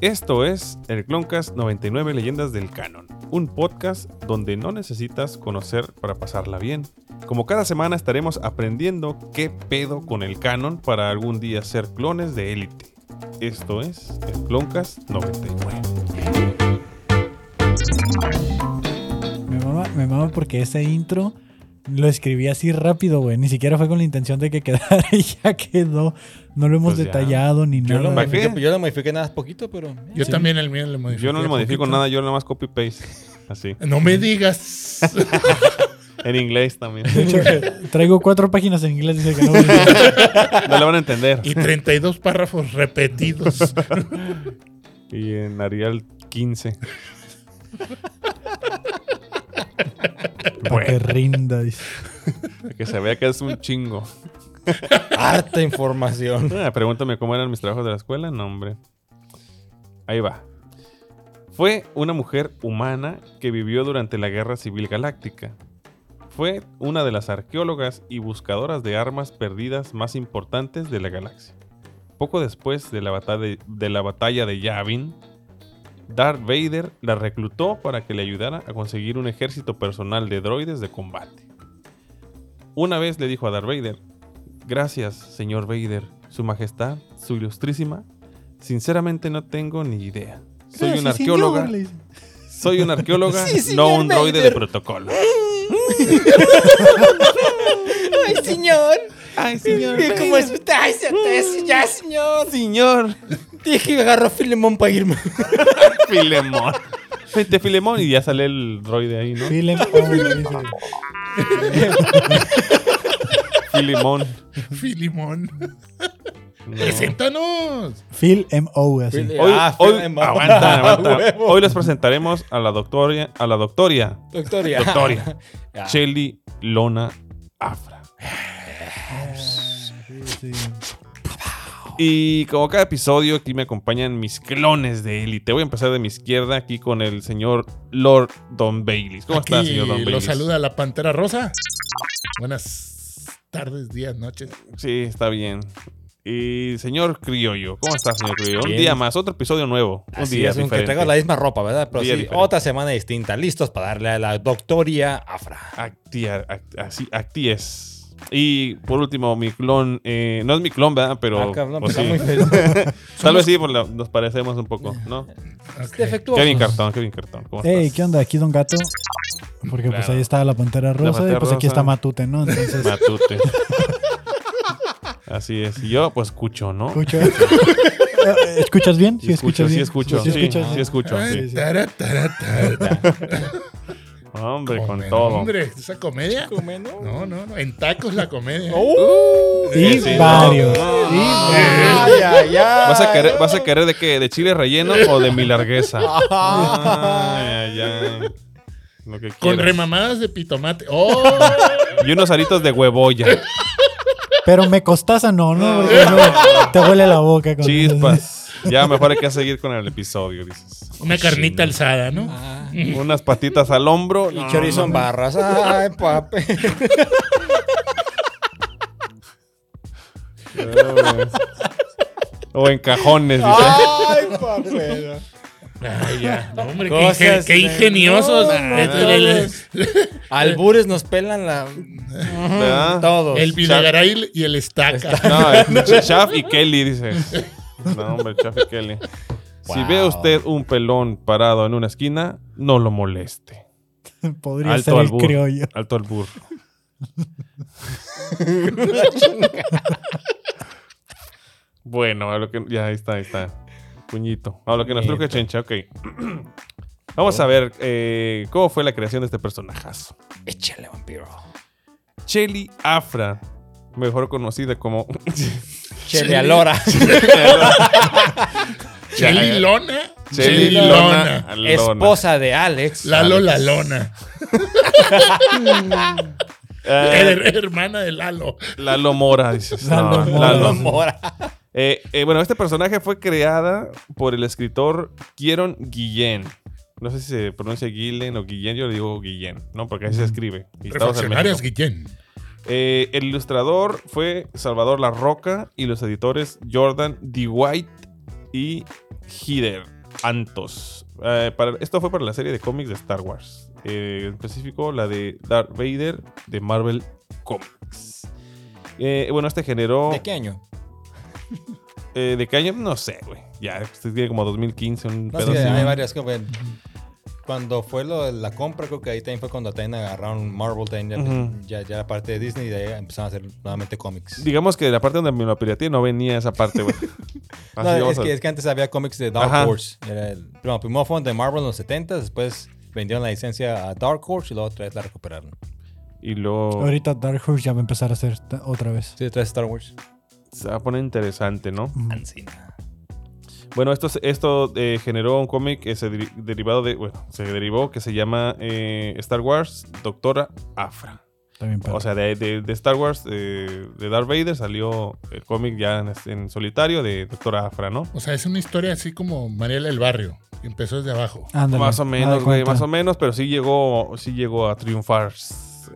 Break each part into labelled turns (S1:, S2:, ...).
S1: Esto es el Cloncast 99 Leyendas del Canon, un podcast donde no necesitas conocer para pasarla bien. Como cada semana estaremos aprendiendo qué pedo con el canon para algún día ser clones de élite. Esto es el Cloncast 99.
S2: Me mama, me mama porque ese intro lo escribí así rápido, güey. Ni siquiera fue con la intención de que quedara y ya quedó. No lo hemos
S1: Pues ya.
S2: detallado ni
S3: Yo lo,
S2: nada.
S1: ¿Para qué?
S3: modifiqué, yo lo modifiqué nada más poquito, pero.
S4: Yo
S2: Sí.
S4: también el mío le modifico.
S1: Yo no le modifico nada, yo nada más copy paste. Así.
S4: No me digas.
S1: En inglés también.
S2: De hecho, traigo cuatro páginas en inglés. Dice que no, güey.
S1: No la van a entender.
S4: y 32 párrafos repetidos.
S1: Y en Arial 15.
S2: Para que rinda. dice.
S1: Que se vea que es un chingo.
S3: Harta información.
S1: Ah, pregúntame cómo eran mis trabajos de la escuela. No, hombre. Ahí va. Fue una mujer humana que vivió durante la Guerra Civil Galáctica. Fue una de las arqueólogas y buscadoras de armas perdidas más importantes de la galaxia. Poco después de la, batalla de la batalla de Yavin, Darth Vader la reclutó para que le ayudara a conseguir un ejército personal de droides de combate. Una vez le dijo a Darth Vader, Gracias, señor Vader, su majestad, su ilustrísima. Sinceramente no tengo ni idea.
S3: Eh,
S1: Soy
S2: Gracias,
S1: una arqueóloga.
S2: señor, le dice.
S1: Soy una arqueóloga,
S3: Sí, señor
S1: no un droide de
S3: Vader.
S1: protocolo.
S3: ¡Ay, señor!
S1: Ay,
S3: ¿Cómo es? ¡Ay, se te- ya, señor!
S1: Señor
S3: Dije que agarró Filemón para irme.
S1: Filemón. Vente, Filemón, y ya sale el droide ahí, ¿no?
S2: Film on, le dice.
S1: Filemón.
S4: Filimón.
S1: No.
S4: Preséntanos.
S2: Phil M.O. así.
S1: Hoy,
S3: Ah,
S1: hoy-
S3: Filemón.
S1: aguanta, aguanta.
S3: Huevo.
S1: Hoy les presentaremos a la doctoria, a la doctoria,
S3: Doctoria.
S1: doctoria,
S3: Ah.
S1: Shelly Lona Afra.
S2: Ah, Sí, sí.
S1: Y como cada episodio, aquí me acompañan mis clones de élite. Voy a empezar de mi izquierda aquí con el señor Lord Don Bailey. ¿Cómo está,
S4: Aquí
S1: señor Don Bailey?
S4: lo saluda la Pantera Rosa. Buenas tardes, días, noches.
S1: Sí, está bien. Y señor Criollo, ¿cómo está, señor Criollo? Un
S3: Bien.
S1: día más, otro episodio nuevo. Un
S3: Así
S1: día
S3: es, aunque
S1: diferente.
S3: tengo la misma ropa, ¿verdad? Pero
S1: Día
S3: sí,
S1: diferente.
S3: otra semana distinta. Listos para darle a la doctoria Afra.
S1: Acti- act- así, acti es. Y por último, mi clón. eh, no es mi clon, ¿verdad? Pero.
S3: Ah, cabrón,
S1: pues
S3: está
S1: sí.
S3: muy feliz.
S1: Tal vez sí, por la- nos parecemos un poco, ¿no?
S4: Ok.
S3: Defectuosos.
S1: Kevin Cartón, Kevin Cartón. ¿Cómo
S2: Hey,
S1: estás?
S2: ¿qué onda? Aquí Don Gato. Porque pues
S1: Claro.
S2: ahí está la pantera rosa
S1: Pantera
S2: y pues aquí
S1: Rosa.
S2: está Matute, ¿no? Entonces,
S1: Matute. Así es. Y yo, pues, escucho, ¿no?
S2: escucho. ¿Escuchas bien?
S1: Sí escucho, sí
S2: bien.
S1: escucho, sí,
S2: escuchas
S1: sí
S2: bien.
S1: escucho. sí.
S4: Ay, tara, tara, tara.
S1: Hombre, con
S4: Comen,
S1: todo.
S4: Hombre, esa comedia. No, no, no. En tacos la comedia.
S1: Oh,
S2: Y
S1: Sí, sí.
S2: varios.
S3: Uh. Ay, ay, ay.
S1: ¿Vas a querer, vas a querer de qué? ¿De chile relleno o de mi largueza? Ay, ay, ay. Lo que
S4: Con
S1: quieras.
S4: remamadas de pitomate. ¡Oh!
S1: Y unos aritos de huevoya.
S2: Pero me costaza no, ¿no? Porque no, te huele la boca. Con
S1: Chispas. Ya mejor hay que seguir con el episodio, dices.
S4: Una carnita alzada, ¿no?
S1: Unas patitas al hombro.
S3: Y chorizo en barras. Ay, papi.
S1: O en cajones, dices.
S2: Ah.
S3: Ay, papi.
S4: Ay, ya. No, hombre, qué,
S3: Cosas
S4: ingen- qué
S3: de-
S4: ingeniosos.
S3: No,
S4: Ah,
S3: no,
S4: el, el,
S3: Albures nos pelan la.
S1: ¿Verdad?
S3: Todos.
S4: el Videgaray y el Estaca.
S1: No, es Ch- Chaf y Kelly, dice. No, hombre, Chaf y Kelly. Si
S3: Wow.
S1: ve usted un pelón parado en una esquina, no lo moleste.
S2: Podría
S1: Alto
S2: ser el
S1: albur.
S2: criollo.
S1: Alto al burro. bueno, a lo que, ya ahí está, ahí está. Puñito. A lo que nos truje Chencha, ok. Vamos a ver eh, cómo fue la creación de este personajazo.
S3: Échale, vampiro.
S1: Chelly Afra, mejor conocida como
S3: Chele Alora.
S4: Chelilona.
S1: Chelly
S4: Chelilona.
S1: Lona. Lona.
S3: Esposa de Alex.
S4: Lalo
S3: Alex.
S4: la lona.
S1: Eh,
S4: Her- hermana de Lalo.
S1: Lalo Mora, dices. No,
S2: Lalo Mora.
S1: Lalo.
S3: Lalo Mora.
S1: Eh, eh, bueno, este personaje fue creada por el escritor Kieron Guillén. No sé si se pronuncia Guillén o Guillén, yo le digo Guillén, ¿no? Porque así se escribe. Y estamos en
S4: Refaccionarias
S1: México.
S4: Guillén.
S1: Eh, el ilustrador fue Salvador La Roca y los editores Jordan D. White y Hider Antos. Eh, para, esto fue para la serie de cómics de Star Wars. Eh, en específico, la de Darth Vader de Marvel Comics. Eh, bueno, este generó.
S3: ¿De qué año?
S1: eh, ¿de qué año? No sé, güey. Ya, este tiene como 2015, un
S3: No
S1: pedo
S3: sé,
S1: así.
S3: hay varias que, güey, Cuando fue lo de la compra, creo que ahí también fue cuando también agarraron Marvel, también ya,
S1: Ujú.
S3: ya, ya la parte de Disney y de ahí empezaron a hacer nuevamente cómics.
S1: Digamos que la parte donde me lo pirateé no venía esa parte, güey.
S3: No,
S1: Así vamos
S3: es,
S1: a-
S3: que, es que antes había cómics de Dark
S1: Ajá.
S3: Horse. Era el, bueno, primero fueron de Marvel en los 70, después vendieron la licencia a Dark Horse y luego otra vez la recuperaron.
S1: Y luego
S2: Ahorita Dark Horse ya va a empezar a hacer ta- otra vez. Mm,
S3: Sí, otra vez Star Wars.
S1: se va a poner interesante, ¿no?
S2: Ujú.
S3: Ancina.
S1: Bueno, esto, es- esto eh, generó un cómic que se deri- derivado de. Bueno, se derivó que se llama eh, Star Wars Doctora Afra.
S2: También para.
S1: O sea, de, de- de Star Wars, eh, de Darth Vader, salió el cómic ya en, en solitario de Doctora Afra, ¿no?
S4: O sea, es una historia así como Mariela del Barrio. que Empezó desde abajo.
S2: Ándale,
S1: Más o
S2: haz
S1: menos,
S2: de
S1: güey,
S2: cuenta.
S1: más o menos, pero sí llegó, sí llegó a triunfar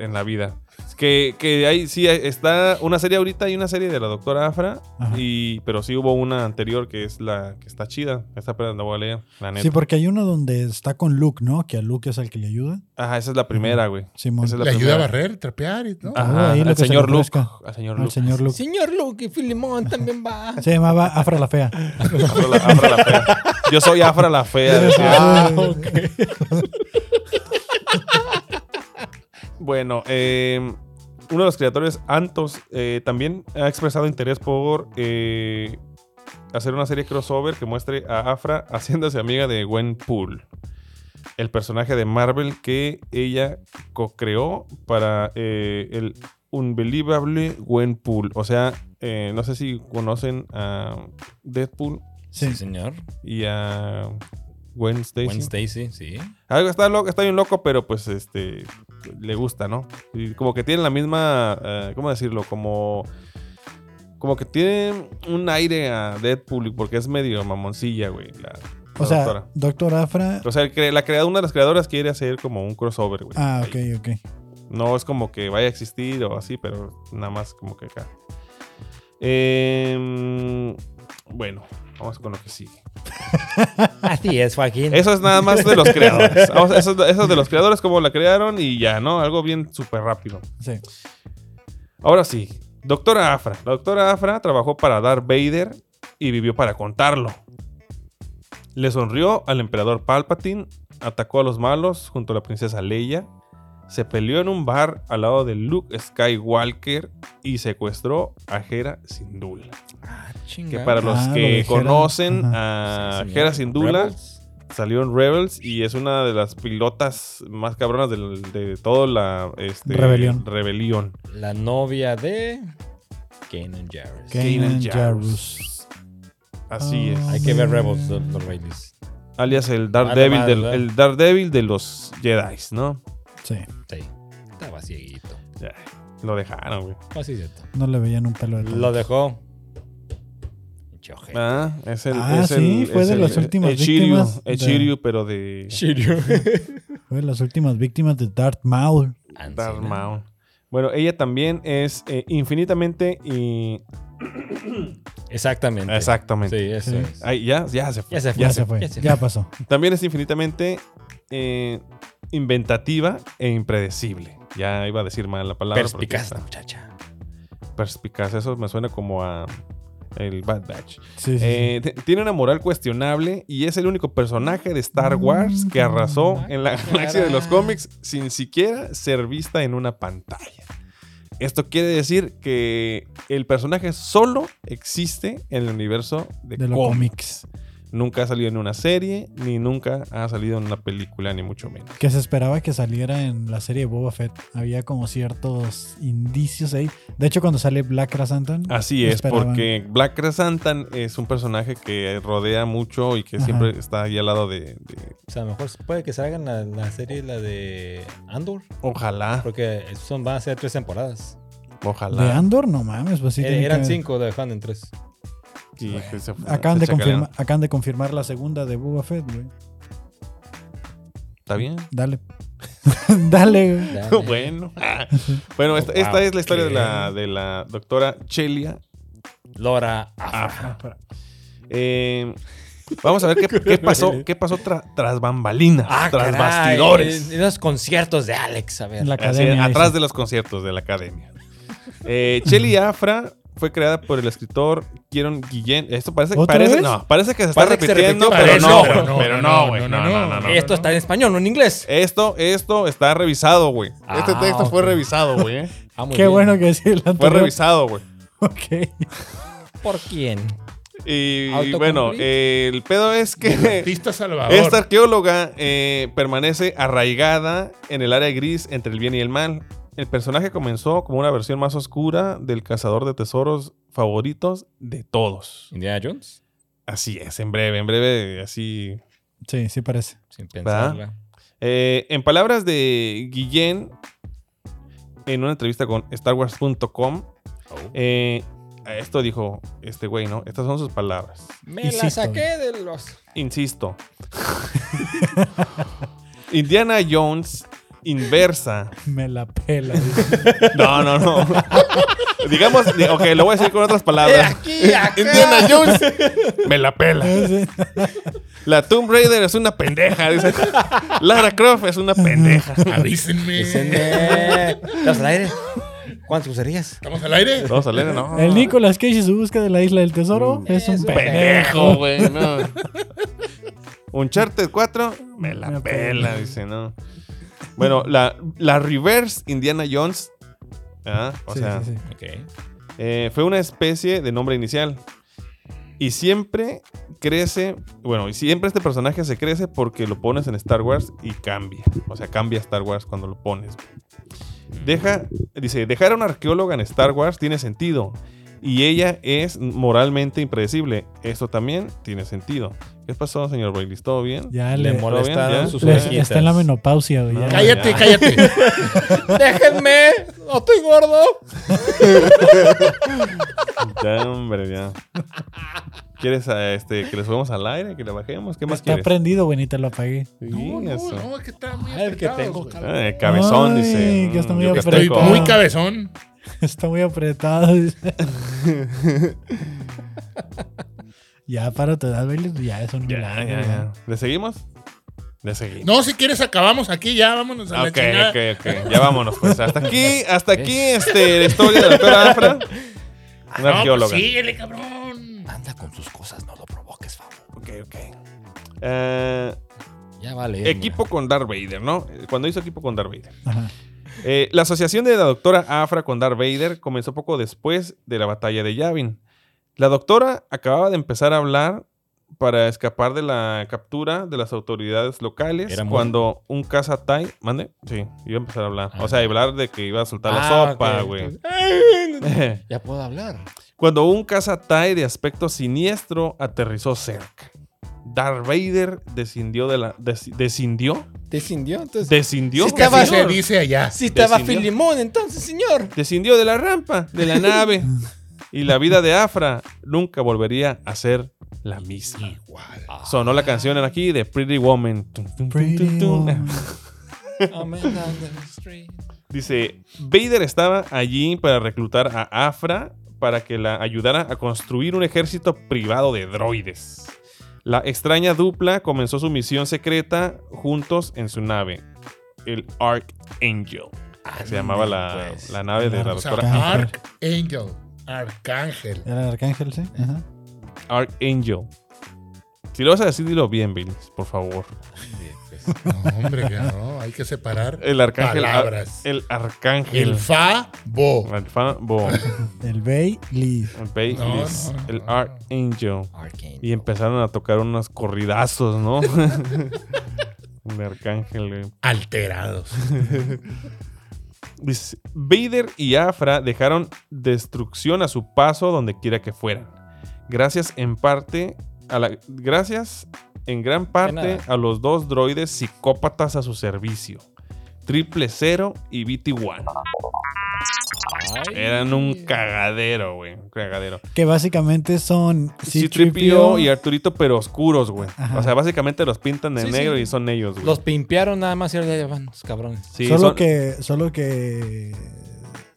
S1: en la vida. Es Que, que hay, sí, hay- está una serie ahorita y una serie de la doctora Afra,
S2: Ajá.
S1: y, pero sí hubo una anterior que es la que está chida. Esta apenas la voy a leer, la neta.
S2: Sí, porque hay uno donde está con Luke, ¿no? Que a Luke es al que le ayuda.
S1: Ajá, esa es la primera, güey.
S2: Simón.
S1: Esa es la
S4: Le ayuda a
S1: primera. Ah.
S4: barrer, trapear y ¿no?
S1: Ajá,
S2: Ahí lo
S1: al
S2: que se le
S1: señor Luke.
S2: ofrezca.
S1: Al señor
S2: Al
S1: Luke.
S2: señor Luke.
S3: Señor Luke y Filimón también va.
S2: Se llamaba Afra la Fea.
S1: Afra la, Afra la fea. Yo soy Afra la fea. decía.
S4: Ah, ok.
S1: Bueno, eh, uno de los creadores, Antos, eh, también ha expresado interés por eh, hacer una serie crossover que muestre a Afra haciéndose amiga de Gwen Poole, el personaje de Marvel que ella co-creó para eh, el Unbelievable Gwen Poole. O sea, eh, no sé si conocen a Deadpool
S2: Sí.
S3: señor.
S1: y a Gwen Stacy.
S3: Gwen Stacy, sí.
S1: Algo está, loco, está bien loco, pero pues este le gusta, ¿no? Y como que tienen la misma, eh, ¿cómo decirlo? Como como que tienen un aire a Deadpool porque es medio mamoncilla, güey, la, la
S2: O sea,
S1: doctora.
S2: Doctor Afra.
S1: O sea, el cre- la creadora, una de las creadoras quiere hacer como un crossover, güey.
S2: Ah,
S1: Ahí.
S2: ok, ok.
S1: No es como que vaya a existir o así, pero nada más como que acá. Em, bueno, vamos con lo que sigue.
S3: Así es, Joaquín.
S1: Eso es nada más de los creadores. Vamos, Eso, es- eso es de los creadores, cómo la crearon y ya, ¿no? Algo bien súper rápido.
S2: Sí.
S1: Ahora sí, doctora Afra. La doctora Afra trabajó para Darth Vader y vivió para contarlo. Le sonrió al emperador Palpatine, atacó a los malos junto a la princesa Leia, se peleó en un bar al lado de Luke Skywalker y secuestró a Hera Syndulla.
S3: Ah,
S1: Que
S3: chinga.
S1: para los
S2: Ah, lo de
S1: que
S2: Hera.
S1: conocen a
S3: Sí, señor.
S1: Hera Syndulla,
S3: Rebels.
S1: salió en Rebels y es una de las pilotas más cabronas del- de, toda la este,
S2: Rebelión.
S1: rebelión.
S3: La novia de Kanan Jarrus.
S2: Kanan
S1: Kanan
S2: Jarrus.
S1: Así
S2: Ah.
S1: es.
S3: Hay que ver Rebels, los, los Baileys.
S1: Alias el
S3: Vale,
S1: Daredevil,
S3: vale,
S1: del,
S3: vale.
S1: el Daredevil de los Jedi, ¿no?
S2: Sí.
S3: Sí. Estaba cieguito.
S1: Ya, Lo dejaron, güey.
S3: Así es cierto.
S2: No le veían un pelo de tonto.
S3: Lo dejó. Pinche ojete.
S1: Ah, es el.
S2: Ah,
S1: es
S2: sí,
S1: el-
S2: fue
S1: es
S2: de
S1: el-
S2: las últimas
S1: el Shiryu,
S2: víctimas
S1: el
S2: de-
S1: Shiryu, pero de
S3: Shiryu.
S2: Fue de las últimas víctimas de Darth Maul.
S1: Darth
S3: Ancina.
S1: Maul. Bueno, ella también es eh, infinitamente y.
S3: Exactamente.
S1: Exactamente.
S3: Sí, eso
S2: Sí.
S3: es.
S1: Ay, ya, ya se fue.
S3: Ya se fue.
S2: Ya, se fue.
S3: Ya se fue.
S2: Ya pasó.
S1: También es infinitamente eh, inventativa e impredecible. Ya iba a decir mal la palabra. porque
S3: Perspicaz la
S1: está-
S3: muchacha.
S1: Perspicaz. Eso me suena como a el Bad Batch.
S2: Sí, sí, sí.
S1: Eh, t- tiene una moral cuestionable y es el único personaje de Star Wars que arrasó en la galaxia de los cómics sin siquiera ser vista en una pantalla. Esto quiere decir que el personaje solo existe en el universo de,
S2: De los
S1: cómics. Nunca ha salido en una serie, ni nunca ha salido en una película, ni mucho menos.
S2: Que se esperaba que saliera en la serie de Boba Fett. Había como ciertos indicios ahí. De hecho, cuando sale Black Krasantan.
S1: Así es,
S2: esperaban.
S1: porque Black Krasantan es un personaje que rodea mucho y que
S2: Ajá.
S1: siempre está ahí al lado de... de-
S3: O sea, a lo mejor puede que salgan la, la serie, la de Andor.
S1: Ojalá,
S3: Porque son, van a ser tres temporadas.
S1: ojalá.
S2: De Andor, no mames, pues sí.
S3: Eh,
S2: tiene que
S3: eran
S2: ver.
S3: cinco, la dejaron en tres.
S1: Sí, que se-
S2: Acaban
S1: se
S2: de,
S1: chacalean.
S2: confirma- acaban de confirmar la segunda de Boba Fett, güey.
S1: ¿Está bien?
S2: Dale. Dale, güey.
S3: Ya,
S1: bueno. bueno, esta, esta
S3: Wow,
S1: es la historia de
S3: ¿qué?
S1: la, de la doctora Chelia
S3: Laura Afra.
S1: Afra. Eh, Vamos a ver qué, qué pasó, qué pasó tra- tras bambalinas, tras
S3: Ah, caray,
S1: bastidores.
S3: En, en los conciertos de Alex, a ver.
S2: La
S1: Así es,
S2: academia.
S1: atrás
S2: dice.
S1: de los conciertos de la academia. Eh, Cheli Afra fue creada por el escritor Kieron Guillén. Esto parece,
S2: ¿Otra
S1: parece,
S2: vez?
S1: no, parece que se está
S3: Parece que se
S1: repitiendo,
S3: repitió,
S1: pero,
S3: parece,
S1: no,
S4: pero
S1: pero, no,
S4: no, no, no,
S1: güey. No,
S4: no,
S1: no,
S4: no.
S1: no, no.
S3: Esto está en español, no en inglés.
S1: Esto, esto está revisado, güey. este
S3: Ah,
S1: texto fue
S3: ok.
S1: revisado, güey. eh.
S3: Ah, muy
S2: Qué
S3: bien.
S2: bueno que decís el
S1: Fue
S2: anterior.
S1: revisado, güey.
S2: Ok.
S3: ¿Por quién?
S1: Y
S3: Autocomplete.
S1: bueno, eh, el pedo es que
S4: Artista Salvador.
S1: Eh. Esta arqueóloga eh, permanece arraigada en el área gris entre el bien y el mal. El personaje comenzó como una versión más oscura del cazador de tesoros favoritos de todos.
S3: Indiana Jones.
S1: Así es, en breve, en breve, así.
S2: Sí, sí parece.
S3: Sin pensarla.
S1: Eh, en palabras de Guillén, en una entrevista con StarWars.com, eh, esto dijo este güey, ¿no? Estas son sus palabras.
S3: Me
S2: Insisto.
S3: la saqué de los.
S1: Insisto. Indiana Jones inversa
S2: Me la pela. dice.
S1: No, no, no. Digamos, di- ok, lo voy a decir con otras
S3: ¡Eh,
S1: palabras.
S3: aquí, acá!
S1: Indiana Jones me la pela.
S2: Sí.
S1: La Tomb Raider es una pendeja. dice. Lara Croft es una pendeja.
S4: Avísenme.
S3: Dicen, "Eh, ¿Estás al aire? ¿Cuántas crucerías?
S4: ¿Estamos al aire?
S1: Vamos a leer, ¿no?
S2: El Nicolas Cage y su búsqueda de la isla del
S1: Mm.
S2: tesoro es
S1: Eh,
S2: un pendejo.
S1: güey, no. Uncharted 4 me la
S2: Me la
S1: pela, dice, no. Bueno, la, la Reverse Indiana Jones. ah, O
S2: Sí,
S1: sea,
S2: sí, sí.
S3: Ok.
S1: Eh, fue una especie de nombre inicial. Y siempre crece, bueno, y siempre este personaje se crece porque lo pones en Star Wars y cambia. O sea, cambia Star Wars cuando lo pones. Deja, dice, dejar a una arqueóloga en Star Wars tiene sentido. Y ella es moralmente impredecible. Esto también tiene sentido. ¿Qué pasó, señor Bailey? ¿Todo bien?
S2: Ya
S3: Le
S2: le,
S3: molestaron
S1: bien, ya.
S3: sus
S2: le-
S3: orejitas.
S2: está en la menopausia, güey.
S1: No.
S2: ya.
S4: Cállate,
S1: Ya.
S4: cállate.
S3: ¡Déjenme! ¡No estoy gordo!
S1: Ya, hombre, ya. ¿Quieres a, este, que le subamos al aire? ¿Que le bajemos? ¿Qué más
S2: Está
S1: quieres?
S2: prendido, güey, ni te lo apagué.
S1: Sí,
S4: No, no,
S1: eso.
S4: no, es que está muy
S3: Ah, el que
S4: apretados,
S3: tengo,
S4: güey.
S3: cabrón.
S1: Eh, cabezón,
S2: Ay,
S1: dice.
S2: que está
S1: Mm,
S2: muy
S1: yo que
S4: Estoy
S2: apretado.
S1: estoy
S4: muy cabezón.
S2: Está muy apretado. dice. ya para tu edad, Bailey, ya es un
S1: Ya,
S2: milagro.
S1: ya,
S2: ya.
S1: ya. ¿Le seguimos? Le seguimos.
S4: No, si quieres acabamos aquí, ya vámonos
S1: Ah,
S4: a pues, la
S1: ok,
S4: chingada.
S1: ok, ok. Ya vámonos, pues. Hasta aquí, hasta aquí, este, la historia de la doctora Afra.
S4: Ah, No,
S1: Una arqueóloga.
S4: pues síguele, cabrón.
S3: Anda con sus cosas, no lo provoques, favor.
S1: Ok, ok. Eh,
S3: Ya vale.
S1: equipo con Darth Vader, ¿no? Cuando hizo equipo con Darth Vader.
S2: Ajá.
S1: Eh, la asociación de la doctora Afra con Darth Vader comenzó poco después de la batalla de Yavin. La doctora acababa de empezar a hablar para escapar de la captura de las autoridades locales
S3: Era muy-
S1: cuando un caza Tai, mande, sí, iba a empezar a hablar.
S3: Ah.
S1: O sea, a hablar de que iba a soltar
S3: Ah,
S1: la sopa,
S3: ok.
S1: güey.
S3: Ya puedo hablar.
S1: cuando un caza Tai de aspecto siniestro aterrizó cerca. Darth Vader descendió de la desc- descendió,
S3: Descendió, entonces.
S1: descendió.
S3: Sí,
S4: ¿Qué
S3: estaba-
S4: se dice allá?
S3: sí, estaba
S1: descendió.
S3: Filimón, entonces, señor.
S1: descendió de la rampa, de la nave. Y la vida de Afra nunca volvería a ser la misma.
S4: Igual.
S1: Sonó la canción en aquí de Pretty Woman. Tum, tum, tum, tum, tum.
S3: A man down the street.
S1: Dice, Vader estaba allí para reclutar a Afra para que la ayudara a construir un ejército privado de droides. La extraña dupla comenzó su misión secreta juntos en su nave, el Archangel. que se llamaba la,
S3: Ah, pues.
S1: la nave de la
S4: Ah, O sea,
S1: doctora.
S4: Archangel. Arcángel.
S2: Era el arcángel, sí. Ajá.
S1: Archangel. Si lo vas a decir, dilo bien, Billy, por favor.
S4: No, hombre, que no. Hay que separar
S1: El arcángel.
S4: palabras.
S1: El
S4: El,
S1: arcángel.
S4: fa, bo.
S1: Alfa- bo-
S2: El Bailey.
S1: Baileys,
S4: No, no, no,
S1: el
S4: no.
S1: Archangel.
S3: Arcane.
S1: Y empezaron a tocar unos corridazos, ¿no? De Arcángel, eh. güey.
S4: Alterados.
S1: Dice, Vader y Afra dejaron destrucción a su paso donde quiera que fueran. Gracias en parte a la gracias en gran parte
S3: nada.
S1: a los dos droides psicópatas a su servicio. Triple Cero y BT-1.
S3: Ay.
S1: Eran un cagadero, güey. Un cagadero.
S2: Que básicamente son
S1: C-3PO y Arturito, pero oscuros, güey.
S2: Ajá.
S1: O sea, básicamente los pintan de
S3: Sí,
S1: negro
S3: sí.
S1: y son ellos, güey.
S3: Los pimpearon nada más y ahora ya van los cabrones.
S1: Sí,
S2: solo
S1: son-
S2: que. Solo que.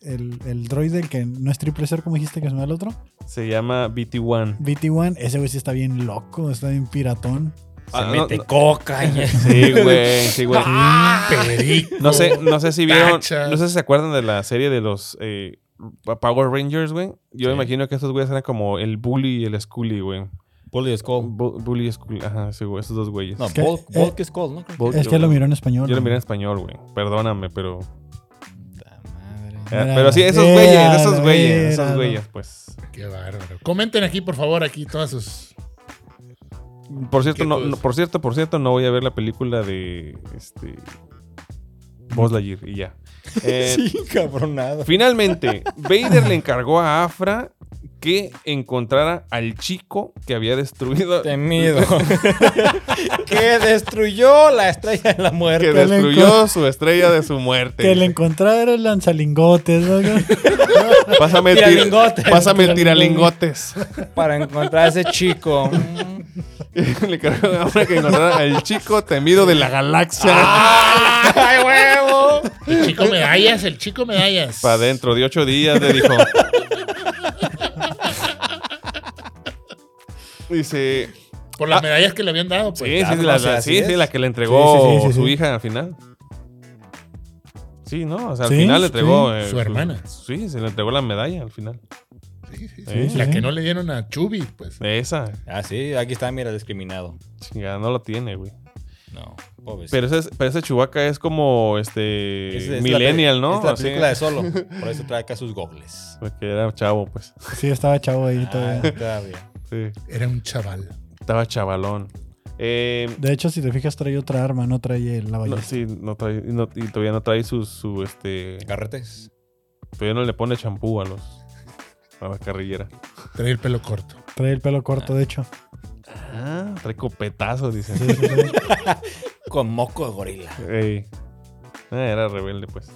S2: el, el droide, el que no es triple ser, como dijiste que se llama el otro.
S1: Se llama BT-1.
S2: BT-1, ese güey sí está bien loco, está bien piratón.
S3: Se
S1: Ah, no,
S3: mete
S1: no.
S3: coca. y- Ah.
S1: Sí, güey, sí, güey.
S4: Ah. Perico.
S1: No sé, no sé si vieron,
S4: Tachas.
S1: no sé si se acuerdan de la serie de los eh, Pa- Power Rangers, güey. Yo
S3: Sí.
S1: me imagino que estos güeyes eran como el Bully y el Scully, güey.
S3: Bully
S2: Oh.
S3: Skull.
S1: Bu- bully y Scully, ajá, sí, güey, esos dos güeyes.
S3: No,
S2: Es que-
S3: Bulk,
S2: eh,
S3: Bulk Skull, ¿no?
S1: Bulky,
S2: es que lo
S1: güey.
S2: miró en español.
S1: Yo lo
S2: güey.
S1: miré en español, güey. Perdóname, pero.
S3: Puta madre.
S1: eh,
S2: Mira,
S1: pero sí, esos
S2: mira,
S1: güeyes, esos
S2: mira,
S1: güeyes, esos
S2: mira.
S1: güeyes, pues.
S4: Qué bárbaro. Comenten aquí, por favor, aquí todas sus.
S1: Por cierto,
S4: ¿Qué
S1: no,
S4: cosa?
S1: no- por cierto, por cierto, no voy a ver la película de este. Buzz Lightyear y ya. Eh,
S3: Sí, cabronado.
S1: Finalmente, Vader le encargó a Afra que encontrara al chico que había destruido.
S3: Temido. que destruyó la estrella de la
S1: Que
S3: muerte.
S2: le
S1: destruyó su estrella de su
S2: Que le
S1: muerte.
S2: encontrara el lanzalingotes, ¿no?
S1: Pásame el
S3: Tiralingotes.
S1: tira- pásame el
S2: Tiralingotes.
S1: tiralingotes.
S3: Para encontrar a ese chico. Mm.
S1: Le encargó a Afra que encontrara al chico temido de la galaxia.
S3: ¡Ay, huevo!
S4: El chico medallas, el chico medallas.
S1: Para dentro de ocho días le dijo. Dice.
S4: Por las
S1: Ah.
S4: medallas que le habían dado,
S1: Sí,
S4: pues.
S1: sí,
S3: claro,
S1: sí, la,
S3: o sea,
S1: la-
S3: así
S1: sí, sí,
S3: es.
S1: la que le entregó
S2: Sí, sí, sí, sí,
S1: su
S2: sí.
S1: hija al final. Sí, ¿no? O sea, al
S2: Sí,
S1: final le entregó.
S4: sí,
S1: eh,
S4: su hermana.
S1: Sí, se le entregó la medalla al final.
S4: Sí, sí, sí.
S1: Eh,
S4: La que no le dieron a Chubi, pues.
S1: Esa,
S3: Ah, sí, aquí está, mira, discriminado.
S1: chingada, no la tiene, güey.
S3: No, pobre.
S1: Pero ese, pero ese Chewbacca es como este.
S3: Es- es la
S1: millennial,
S3: peli-
S1: ¿no?
S3: Es la
S1: Así,
S3: película de Solo. Por eso trae acá sus gogles.
S1: Porque era chavo, pues.
S2: Sí, estaba chavo ahí
S3: Ah,
S2: todavía.
S3: está bien.
S1: Sí,
S4: Era un chaval.
S1: estaba chavalón. Eh,
S2: De hecho, si te fijas, trae otra arma, no trae la
S1: no,
S2: ballesta.
S1: sí, no trae, y no- y todavía no trae su, su este.
S3: Carretes.
S1: Todavía no le pone champú a los. A la carrillera.
S4: Traía el pelo corto.
S2: Trae el pelo corto, de hecho.
S1: Ah, trae copetazo, dice.
S2: Sí, sí, sí.
S3: Con moco de gorila.
S1: Ey. Ah, era rebelde, pues.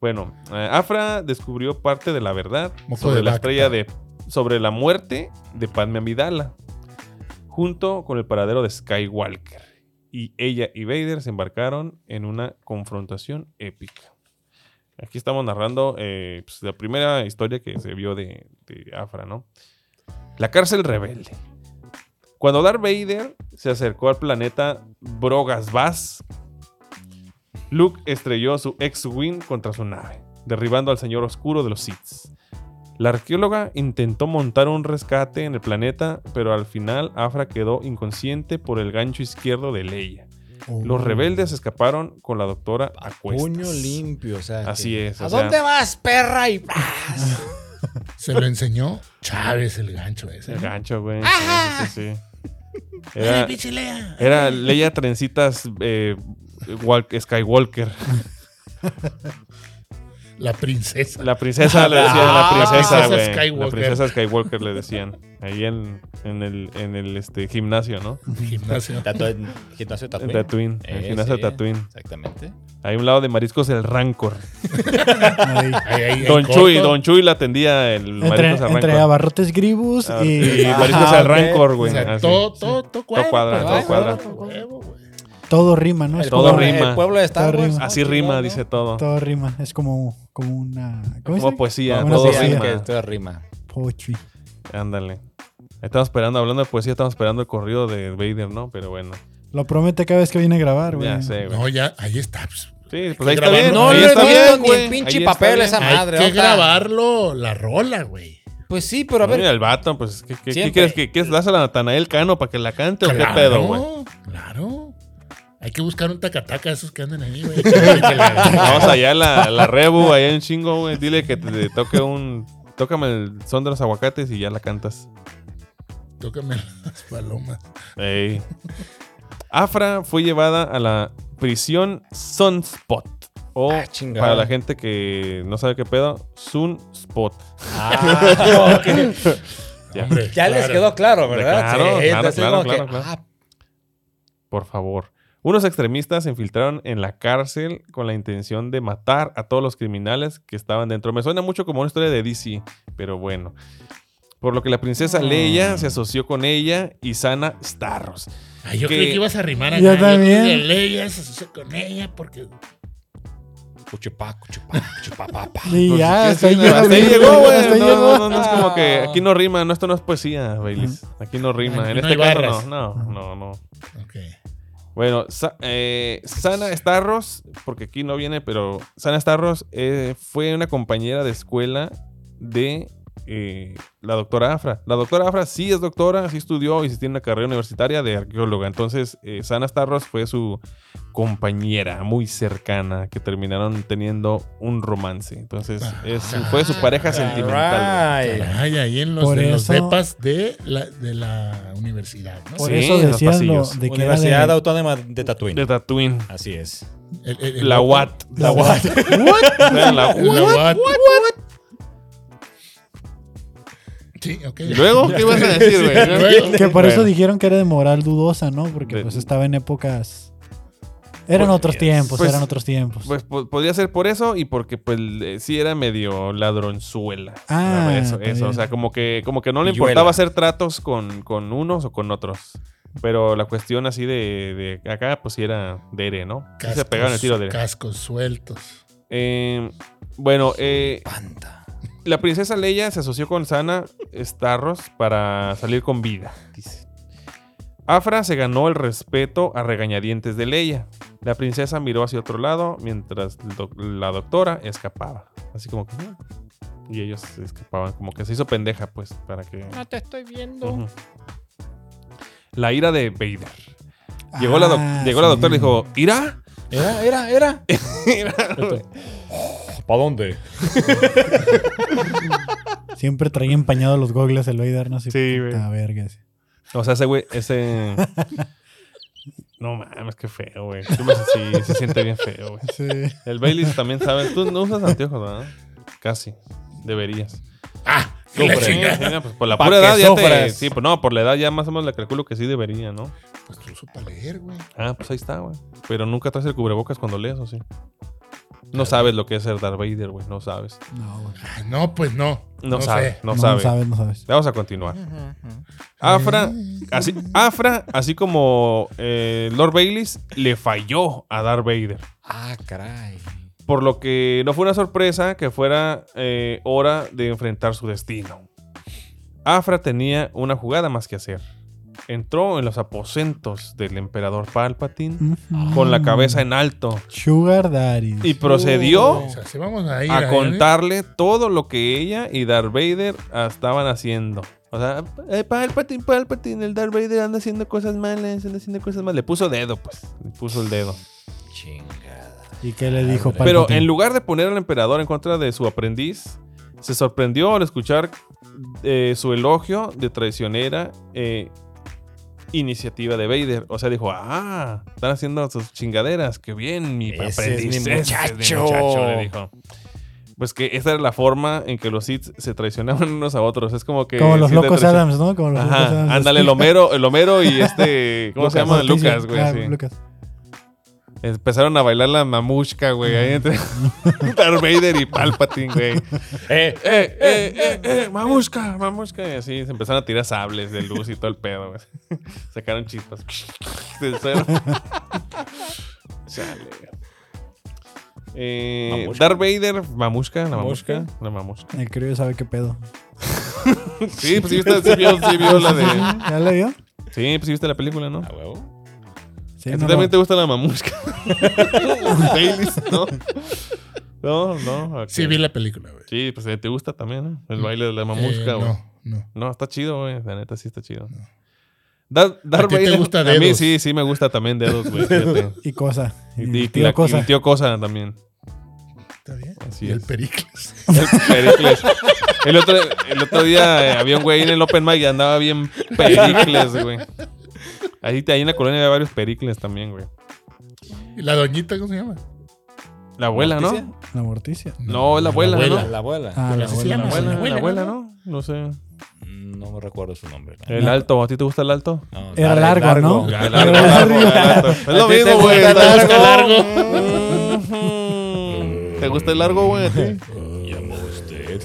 S1: Bueno, eh, Afra descubrió parte de la verdad
S4: Moco
S1: sobre
S4: de
S1: la
S4: Bacta.
S1: estrella de sobre la muerte de Padme Amidala, junto con el paradero de Skywalker. Y ella y Vader se embarcaron en una confrontación épica. Aquí estamos narrando eh, pues, la primera historia que se vio de, de Afra, ¿no? La cárcel rebelde. Cuando Darth Vader se acercó al planeta Brogas Vaz, Luke estrelló su X-Wing contra su nave, derribando al Señor Oscuro de los Sith. La arqueóloga intentó montar un rescate en el planeta, pero al final Afra quedó inconsciente por el gancho izquierdo de Leia. Los rebeldes escaparon con la doctora a cuestas.
S3: Puño limpio, o sea. que-
S1: Así es,
S3: ¿A
S1: o sea-
S3: dónde vas, perra? Y ¡pras!
S4: Se lo enseñó Chávez el gancho ese.
S1: El
S4: ¿no?
S1: gancho, güey. Sí, sí,
S4: Ajá.
S1: sí, sí.
S4: ¡Ey,
S1: Era,
S4: pinche Lea!
S1: era Leia Trencitas eh, Walk- Skywalker.
S4: La princesa.
S1: La princesa le decían, la
S3: Ah,
S1: princesa,
S4: princesa
S1: güey. La
S4: Skywalker.
S1: princesa Skywalker le decían. Ahí en, en el, en el este, gimnasio, ¿no?
S4: Gimnasio.
S3: Tatooine. Gimnasio
S1: En
S3: Tatooine.
S1: Tatooine. el
S3: Eh,
S1: gimnasio
S3: sí,
S1: de Tatooine.
S3: Exactamente.
S1: Ahí a un lado de mariscos el Rancor.
S2: Ahí.
S4: Ahí, ahí, ahí,
S1: Don
S4: corto.
S1: Chuy, Don Chuy la atendía el
S2: Entre,
S1: mariscos al
S2: entre
S1: Rancor.
S2: abarrotes gribus
S1: Ah,
S2: y
S1: y mariscos
S3: Ajá,
S1: al
S3: ok.
S1: Rancor,
S4: O
S1: güey.
S4: sea,
S1: así.
S4: todo, todo, todo cuadra.
S1: cuadra,
S4: pues,
S1: todo
S4: ah,
S1: cuadra.
S4: todo huevo, güey.
S2: todo rima, ¿no? Es
S1: Todo
S2: como-
S1: rima.
S3: El pueblo de Star
S2: Todo
S3: Wars.
S2: rima.
S3: ¿no?
S1: Así rima,
S3: ¿no?
S1: dice todo.
S2: Todo rima. Es como, como una. ¿Cómo
S1: Como
S2: dice?
S1: poesía,
S2: Una
S1: todo
S3: Sí,
S2: poesía.
S1: rima.
S3: que todo rima.
S2: Poetry.
S1: Ándale. Estamos esperando, hablando de poesía, estamos esperando el corrido de Vader, ¿no? Pero bueno,
S2: Lo promete cada vez que viene a grabar, güey.
S1: ya sé, güey.
S4: No, ya, ahí está. pues.
S1: Sí, pues ahí está
S4: Grabarlo.
S1: bien.
S4: No
S1: ahí
S4: lo he
S1: está
S3: visto
S1: bien,
S3: ni
S1: güey.
S3: en pinche
S1: Ahí está
S3: papel
S1: bien.
S3: esa
S4: Hay
S3: madre,
S4: que
S3: otra.
S4: grabarlo la rola, güey.
S3: Pues sí, pero a
S1: Mira,
S3: ver.
S1: el vato, pues, ¿qué, qué- qué
S3: Siempre.
S1: quieres? que quieres dársela a Natanael Cano para que la cante o qué
S4: Claro,
S1: pedo, güey?
S4: Claro. Hay que buscar un tacataca de esos que andan ahí, güey. Vamos
S1: Vamos allá a la, la Rebu, allá en chingo, güey. Dile que te, te toque un. Tócame el son de los aguacates y ya la cantas.
S4: Tócame las palomas.
S1: Ey. Afra fue llevada a la prisión Sunspot. O
S3: Ah,
S1: oh,
S3: chingada.
S1: para la gente que no sabe qué pedo, Sunspot.
S3: Ah, ok.
S1: Ya.
S4: Hombre,
S3: Ya les
S4: claro.
S3: quedó claro, ¿verdad?
S1: Claro, claro,
S3: entonces
S1: claro,
S3: como que,
S1: claro, claro.
S3: ah,
S1: Por favor. Unos extremistas se infiltraron en la cárcel con la intención de matar a todos los criminales que estaban dentro. Me suena mucho como una historia de DC, pero bueno. Por lo que la
S2: Mm.
S1: princesa Leia se asoció con ella y Sana Starros.
S4: Ay, yo
S1: que-
S4: creí que ibas a rimar a
S2: Yo
S4: nadie.
S2: también.
S4: Ella se asoció con ella porque.
S3: Cuchipá, cuchipá, cuchipapapá.
S2: Y ya,
S4: sí,
S2: hasta ahí
S4: no,
S2: llegó.
S1: Pues, Hasta ahí
S2: güey,
S1: llegó, güey.
S2: hasta ahí
S1: No,
S2: llegó.
S1: no, no, no, es como que aquí no rima, no, esto no es poesía, Baileys. Aquí no rima.
S4: Aquí
S1: en
S4: no
S1: este
S4: hay
S1: caso
S4: barras.
S1: no, no, no, no.
S4: Ok.
S1: Bueno, Sa- eh, Sana Starros, porque aquí no viene, pero Sana Starros eh, fue una compañera de escuela de eh, la doctora Afra. La doctora Afra sí es doctora, sí estudió y sí tiene una carrera universitaria de arqueóloga. Entonces, eh, Sana Starros fue su compañera muy cercana que terminaron teniendo un romance. Entonces, es su- fue su pareja sentimental.
S3: Alright.
S4: Ay, ahí en los,
S2: Por
S4: en los
S2: eso-
S4: depas de la, de la universidad, ¿no?
S2: Por
S1: Sí,
S2: eso
S1: en los
S2: decían lo
S1: pasillos.
S2: de que era
S3: Universidad
S2: de...
S3: Autónoma de
S1: güey.
S3: Tatuín.
S1: De Tatooine.
S3: Así es.
S4: El- el- el-
S1: La Watt.
S2: La UAT.
S1: Era La Watt.
S4: La Watt. Sí, ok.
S1: ¿Y luego qué ibas a decir, güey?
S4: Luego.
S2: Que por eso
S1: Bueno.
S2: dijeron que era de moral dudosa, ¿no? Porque
S1: De-
S2: pues estaba en épocas... Eran
S1: Pues,
S2: otros tiempos,
S1: pues,
S2: eran otros tiempos.
S1: Pues po- podría ser por eso y porque pues eh, sí era medio ladronzuela.
S2: Ah,
S1: Nada, eso,
S2: también.
S1: eso. O sea, como que, como que no le
S3: Pilluela.
S1: importaba hacer tratos con, con unos o con otros. Pero la cuestión así de, de acá, pues sí era Dere, ¿no? Sí se pegaron el tiro Dere.
S4: Cascos sueltos.
S1: Eh, bueno, eh,
S3: Panta.
S1: la princesa Leia se asoció con Sana Starros para salir con vida, dice. Afra se ganó el respeto a regañadientes de Leia. La princesa miró hacia otro lado mientras el doc- la doctora escapaba. Así como que... "Ah". Y ellos se escapaban, como que se hizo pendeja, pues, para que... No te estoy viendo. La ira de Vader. Llegó, la, doc-
S2: Ah,
S1: llegó la
S2: sí.
S1: doctora y dijo, ¿ira?
S3: Era, era, era. ¿Para dónde?
S2: Siempre traía empañados los gogles el Vader, ¿no? Así,
S1: Sí, güey.
S2: puta verga. así.
S1: O sea, ese güey, ese. No mames, qué feo, güey. Sí, me- sí, se siente bien feo, güey. El Bailey también sabe. Tú no usas anteojos, ¿verdad? Casi. Deberías.
S4: ¡Ah! que la
S1: Sí,
S4: chingada.
S1: mira, pues por la
S3: Pa'
S1: pura
S3: que
S1: edad ya te.
S3: sufras.
S1: Sí, pues no, por la edad ya más o menos le calculo que sí debería, ¿no?
S4: Pues tú supa leer, güey.
S1: Ah, pues ahí está, güey. Pero nunca traes el cubrebocas cuando lees, ¿o sí? No sabes lo que es ser Darth Vader, güey. No sabes.
S2: No, güey.
S4: Ah, no, pues no.
S1: No, sabes,
S4: sé.
S1: no sabes.
S2: No sabes, no sabes.
S1: Vamos a continuar. Afra, así, Afra, así como eh, Lord Baileys, le falló a Darth Vader.
S3: Ah, caray.
S1: Por lo que no fue una sorpresa que fuera eh, hora de enfrentar su destino. Afra tenía una jugada más que hacer. Entró en los aposentos del emperador Palpatine
S2: Ujú.
S1: con la cabeza en alto
S2: Sugar Daddy.
S1: y procedió
S4: O sea, sí vamos a ir
S1: a
S4: él,
S1: contarle todo lo que ella y Darth Vader estaban haciendo. O sea, eh, Palpatine, Palpatine, el Darth Vader anda haciendo cosas malas, anda haciendo cosas malas. Le puso dedo, pues. Le puso el dedo.
S3: Chingada.
S2: ¿Y qué le dijo
S1: Pero
S2: Palpatine?
S1: en lugar de poner al emperador en contra de su aprendiz, se sorprendió al escuchar eh, su elogio de traicionera eh, iniciativa de Vader. O sea, dijo, ah, están haciendo sus chingaderas, qué bien, mi
S3: Ese es
S1: aprendiz.
S3: mi
S1: ese es
S3: muchacho".
S1: le dijo. Pues que esa era la forma en que los Sith se traicionaban unos a otros. Es como que...
S2: Como los
S1: sí te
S2: locos
S1: traicion-
S2: Adams, ¿no? Como los locos Adams.
S1: Ajá, ándale, el Homero, el Homero y este... ¿Cómo se llama?
S2: Ortiz,
S1: Lucas, güey.
S2: ah,
S1: sí.
S2: Lucas.
S1: Empezaron a bailar la mamushka, güey. Ahí entre Darth Vader y Palpatine, güey.
S3: Eh,
S1: ¡Eh, eh, eh, eh! ¡Mamushka! ¡Mamushka! Y así se empezaron a tirar sables de luz y todo el pedo, güey. Sacaron chispas. Del suelo. Chale. güey. Eh,
S3: Mamushka.
S1: Darth Vader, mamushka, la mamushka,
S3: Mamushka.
S1: la mamushka.
S2: El crío sabe qué pedo.
S1: Sí, pues sí, viste- sí vio, sí vio la de.
S2: ¿Ya le vio?
S1: Sí, pues sí viste la película, ¿no?
S3: a huevo.
S2: Sí,
S1: ¿A ti
S2: no,
S1: también
S2: no.
S1: te gusta la mamushka? Baileys, ¿no? No, no. ok.
S4: Sí, vi la película, güey.
S1: Sí, pues eh, te gusta también, ¿no? El baile de la mamusca,
S4: Eh,
S1: güey. no.
S4: no, no.
S1: está chido, güey. La neta sí está chido. Dar, Darth
S4: ¿A ti te
S1: Vader-
S4: gusta
S1: A mí
S4: dedos?
S1: sí, sí me gusta también dedos, güey. fíjate.
S2: Y cosa.
S1: Y,
S2: Y,
S1: y
S2: tío
S1: la- y
S2: cosa.
S1: el tío Cosa también.
S4: Está bien.
S1: Así
S4: y el
S1: es.
S4: Pericles.
S1: El Pericles. El otro, el otro día eh, había un güey en el Open Mic y andaba bien Pericles, güey. Ahí, te- ahí en la colonia había varios Pericles también, güey.
S4: ¿Y la doñita cómo se llama?
S1: La abuela, ¿no?
S3: ¿Morticia?
S2: La morticia.
S1: No, es la abuela,
S4: La
S1: ¿no?
S3: La, la abuela.
S2: Ah, la
S4: así se
S1: La
S2: abuela.
S4: llama,
S1: abuela,
S4: la
S1: la
S4: abuela,
S1: abuela,
S4: ¿no?
S1: ¿no? No sé.
S3: No me recuerdo su nombre.
S1: El
S2: No.
S1: alto, ¿a ti te gusta el alto?
S3: No,
S2: Era
S3: dale,
S2: largo, ¿no?
S1: Ya,
S2: Pero
S1: Eh. largo,
S2: la
S1: largo,
S2: arriba.
S1: largo. Es lo
S3: ¿A ti te
S1: mismo, güey.
S3: gusta
S1: está
S3: el
S1: largo. Mm. ¿Te gusta el largo, güey? a ti?
S3: Llamo a usted.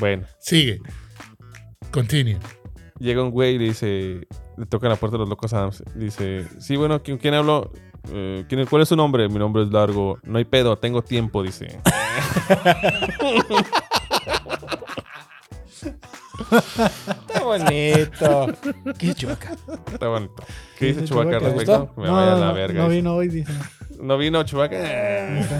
S1: Bueno,
S4: Sigue. Continue.
S1: llega un güey y le dice, le toca la puerta de los locos Adams. Dice, sí, bueno, ¿con quién hablo? eh, ¿quién- ¿Cuál es su nombre? Mi nombre es Largo. No hay pedo, tengo tiempo, dice.
S3: Está bonito. ¿Qué Chubaca?
S1: Está bonito. ¿Qué dice
S2: Dice
S1: Chubaca al
S2: Chewbacca.
S1: respecto? Me vaya a la verga.
S2: no
S1: dice.
S2: vino hoy, dice.
S1: No vino Chubaca.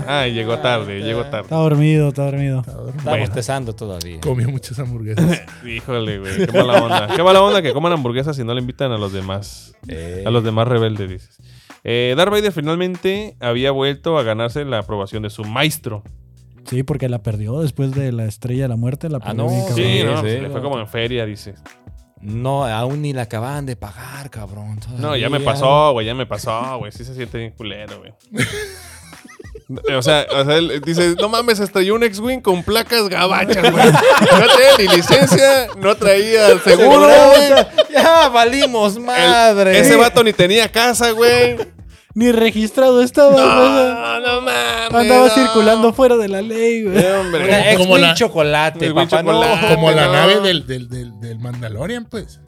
S1: Ay, llegó tarde, llegó tarde.
S2: Está dormido, está dormido.
S3: Está bostezando todavía.
S4: Comió muchas hamburguesas.
S1: Híjole, güey. Qué mala onda. Qué mala onda que coman hamburguesas si no le invitan a los demás.
S3: Eh,
S1: A los demás rebeldes, dices. Eh, Darth Vader finalmente había vuelto a ganarse la aprobación de su maestro.
S2: Sí, porque la perdió después de la estrella de la muerte. La
S3: Ah,
S2: perdió
S3: no,
S2: bien, cabrón.
S1: Sí,
S3: Sí,
S1: ¿no?
S3: sí.
S1: Se le fue como en feria, dice.
S3: No, aún ni la acaban de pagar, cabrón.
S1: No, ya me
S3: todavía.
S1: pasó, güey, ya me pasó, güey. Sí se siente bien culero, güey. O sea, o sea, él dice, no mames, estrelló un X-Wing con placas gabachas, güey. No tenía ni licencia, no traía seguro, güey.
S3: Ya valimos
S1: El-
S3: madre.
S1: Ese vato ni tenía casa, güey. Ah,
S2: Ni registrado estaba. güey.
S1: No, no mames.
S2: Andaba
S1: no.
S2: circulando fuera de la ley, güey.
S1: Eh, hombre.
S3: Una ex
S4: Como
S3: Wing
S4: la-
S3: chocolate,
S1: El Wing
S3: papá. no.
S1: chocolate.
S4: Como la
S1: no.
S4: nave del, del, del, del Mandalorian, pues.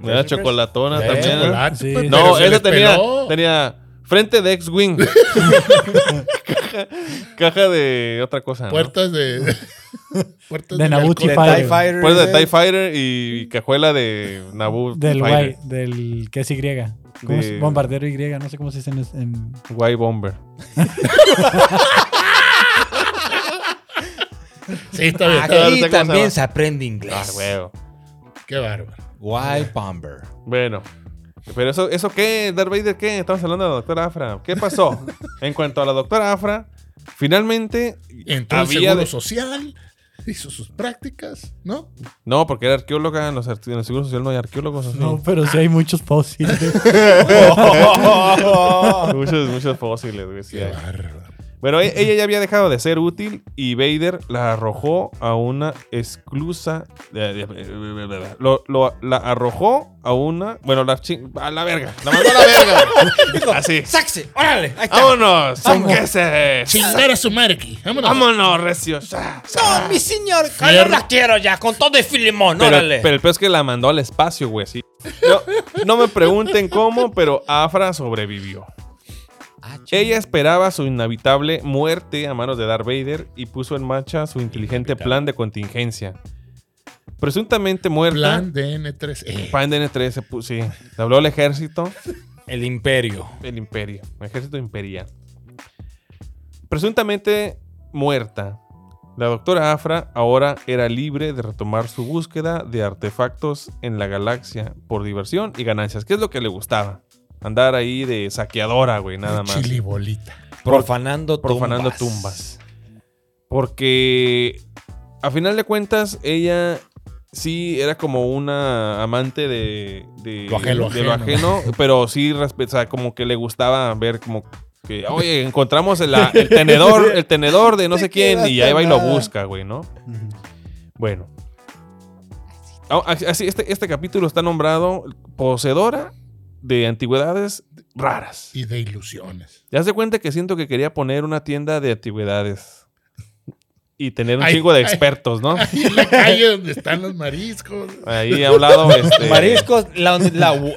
S1: Una chocolatona
S3: Eh,
S1: también.
S4: Chocolate,
S2: Sí.
S4: pues, pero
S1: No,
S4: se
S1: ese
S4: les
S1: tenía,
S4: peló.
S1: tenía frente de X-Wing. caja, caja de otra cosa. ¿no?
S4: Puertas de. puertas
S2: De
S4: del
S2: Nabucco y
S4: alcohol.
S2: Padre.
S3: TIE eh. Fighter.
S1: Puerta de TIE Fighter y cajuela de Naboo.
S2: Del
S1: Fighter.
S2: Y, del que es Y. ¿Cómo
S1: De-
S2: es? Bombardero Y, no sé cómo se dice en, en-
S1: Guay Bomber.
S4: Sí, está bien. está bien.
S1: Ahora sé
S3: Aquí
S1: cómo se
S3: también
S1: va.
S3: se aprende
S1: Ah,
S3: inglés.
S1: huevo.
S4: Qué bárbaro.
S3: Guay, Bomber.
S1: Bueno. Pero eso, ¿eso qué? ¿Darth Vader qué? Estamos hablando de la doctora Afra. ¿Qué pasó? en cuanto a la doctora Afra, finalmente
S4: Entró al
S1: Había
S4: seguro
S1: de-
S4: social, hizo sus prácticas, ¿no?
S1: No, porque era arqueóloga. En, los ar- en el Seguro Social no hay arqueólogos. ¿o sí?
S2: No, pero sí hay muchos fósiles.
S1: Oh, muchos, muchos fósiles, güey. sí
S4: Qué
S1: hay.
S4: bárbaro.
S1: Bueno, e- ella ya había dejado de ser útil y Vader la arrojó a una esclusa. eh, Lo, lo- la arrojó a una. Bueno, la chi- a la verga. La mandó a la verga. Así.
S3: ¡Saxe! ¡Órale! ¡Ahí está!
S1: ¡Vámonos!
S3: Vamos.
S1: ¡Enquese!
S4: Chingar a su madre aquí. Vámonos.
S1: ¡Vámonos, recio!
S3: ¡No, mi señor! ¡Yo
S4: Fierro.
S3: la quiero ya! ¡Con todo y filimón!
S1: Pero,
S3: ¡Órale!
S1: pero el peor es que la mandó al espacio, güey. sí. No, no me pregunten cómo, pero Afra sobrevivió.
S3: Ah, ch-
S1: Ella esperaba su inevitable muerte a manos de Darth Vader y puso en marcha su inteligente plan de contingencia. Presuntamente muerta.
S4: Plan de N3. Eh,
S1: Pan de N3 se pu- sí. Le habló el ejército,
S3: El imperio.
S1: el imperio, el ejército imperial. Presuntamente muerta. La doctora Afra ahora era libre de retomar su búsqueda de artefactos en la galaxia por diversión y ganancias. ¿Qué es lo que le gustaba? Andar ahí de saqueadora, güey, nada más.
S4: Chilibolita.
S3: Profanando tumbas.
S1: Profanando tumbas. Porque a final de cuentas, ella sí era como una amante de, de,
S4: Lo ajeno,
S1: de lo
S4: ajeno.
S1: ajeno, pero sí respe- o sea, como que le gustaba ver como que, oye, encontramos el, el tenedor, el tenedor de no sé quién, y ahí va y lo busca, güey, ¿no? Bueno. Ah, Así, este, este capítulo está nombrado Poseedora de Antigüedades Raras.
S4: Y de ilusiones.
S1: Ya se cuenta que siento que quería poner una tienda de antigüedades. Y tener un
S4: Ay,
S1: chingo de
S4: ay.
S1: expertos, ¿no?
S4: Ahí en la calle donde están los mariscos.
S1: Ahí a un lado, este...
S3: Mariscos, la, la what?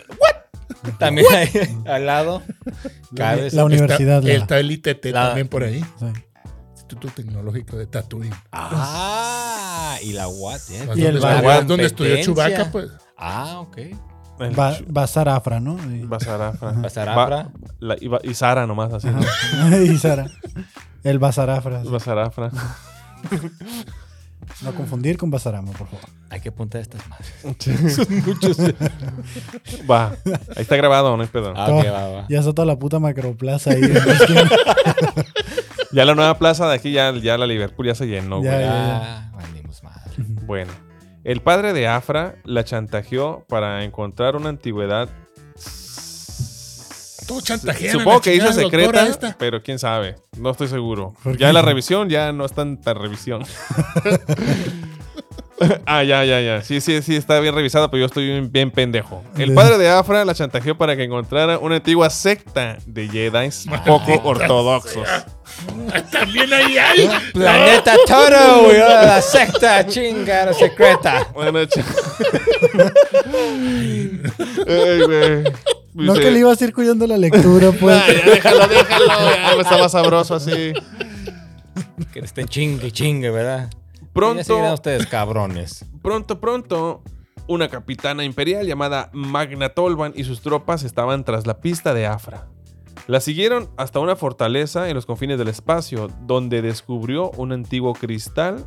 S3: También hay al lado. Cada vez-
S2: la universidad.
S4: Está,
S2: la-
S4: está el ITT
S3: la-
S4: también por ahí.
S2: sí.
S4: Instituto Tecnológico de Tatooine.
S3: Ah, y la what, eh.
S4: Más
S2: Y el
S4: donde,
S2: bar.
S4: estudió- donde estudió
S3: Competencia.
S4: Chubaca, pues.
S3: Ah, ok.
S1: el
S2: Va,
S1: ch-
S2: va a estar Afra, ¿no? Y,
S1: Basarafa.
S3: Basarafra.
S1: Va- la- y, va- y Sara nomás, así. ¿no?
S2: Ajá. y Sara. El Basarafra.
S1: Basarafra.
S2: No confundir con Basarama, por favor.
S3: Hay que apuntar estas más.
S1: Va. Ahí está grabado, no hay pedo.
S3: Ah, ok, va, va.
S2: Ya está toda la puta macroplaza ahí. ya,
S1: Ya la nueva plaza de aquí, ya, ya la Liverpool ya se llenó, güey.
S2: Ya,
S3: Ah, valimos madre.
S1: Bueno, el padre de Afra la chantajeó para encontrar una antigüedad.
S4: Tú chantajean a
S1: Supongo
S4: la
S1: que dice
S4: chingada doctora
S1: secreta,
S4: esta.
S1: pero quién sabe. No estoy seguro.
S2: ¿Por
S1: Ya
S2: qué?
S1: la revisión ya no es tanta revisión. ah, ya, ya, ya. Sí, sí, sí, está bien revisada, pero yo estoy bien, bien pendejo. El padre de Afra la chantajeó para que encontrara una antigua secta de Jedi poco ortodoxos.
S4: También ahí hay.
S3: Planeta Toro, güey. ahora La secta chingada secreta.
S1: Buenas noches. Ay, güey.
S2: No
S1: Dice,
S2: que le ibas a ir cuidando la lectura, pues.
S4: Ah, ya, déjalo, déjalo. Ya, estaba sabroso así.
S3: Que le estén chingue, chingue, ¿verdad? Ya seguirán
S1: Pronto,
S3: ustedes, cabrones.
S1: pronto, pronto, una capitana imperial llamada Magna Tolvan y sus tropas estaban tras la pista de Afra. La siguieron hasta una fortaleza en los confines del espacio, donde descubrió un antiguo cristal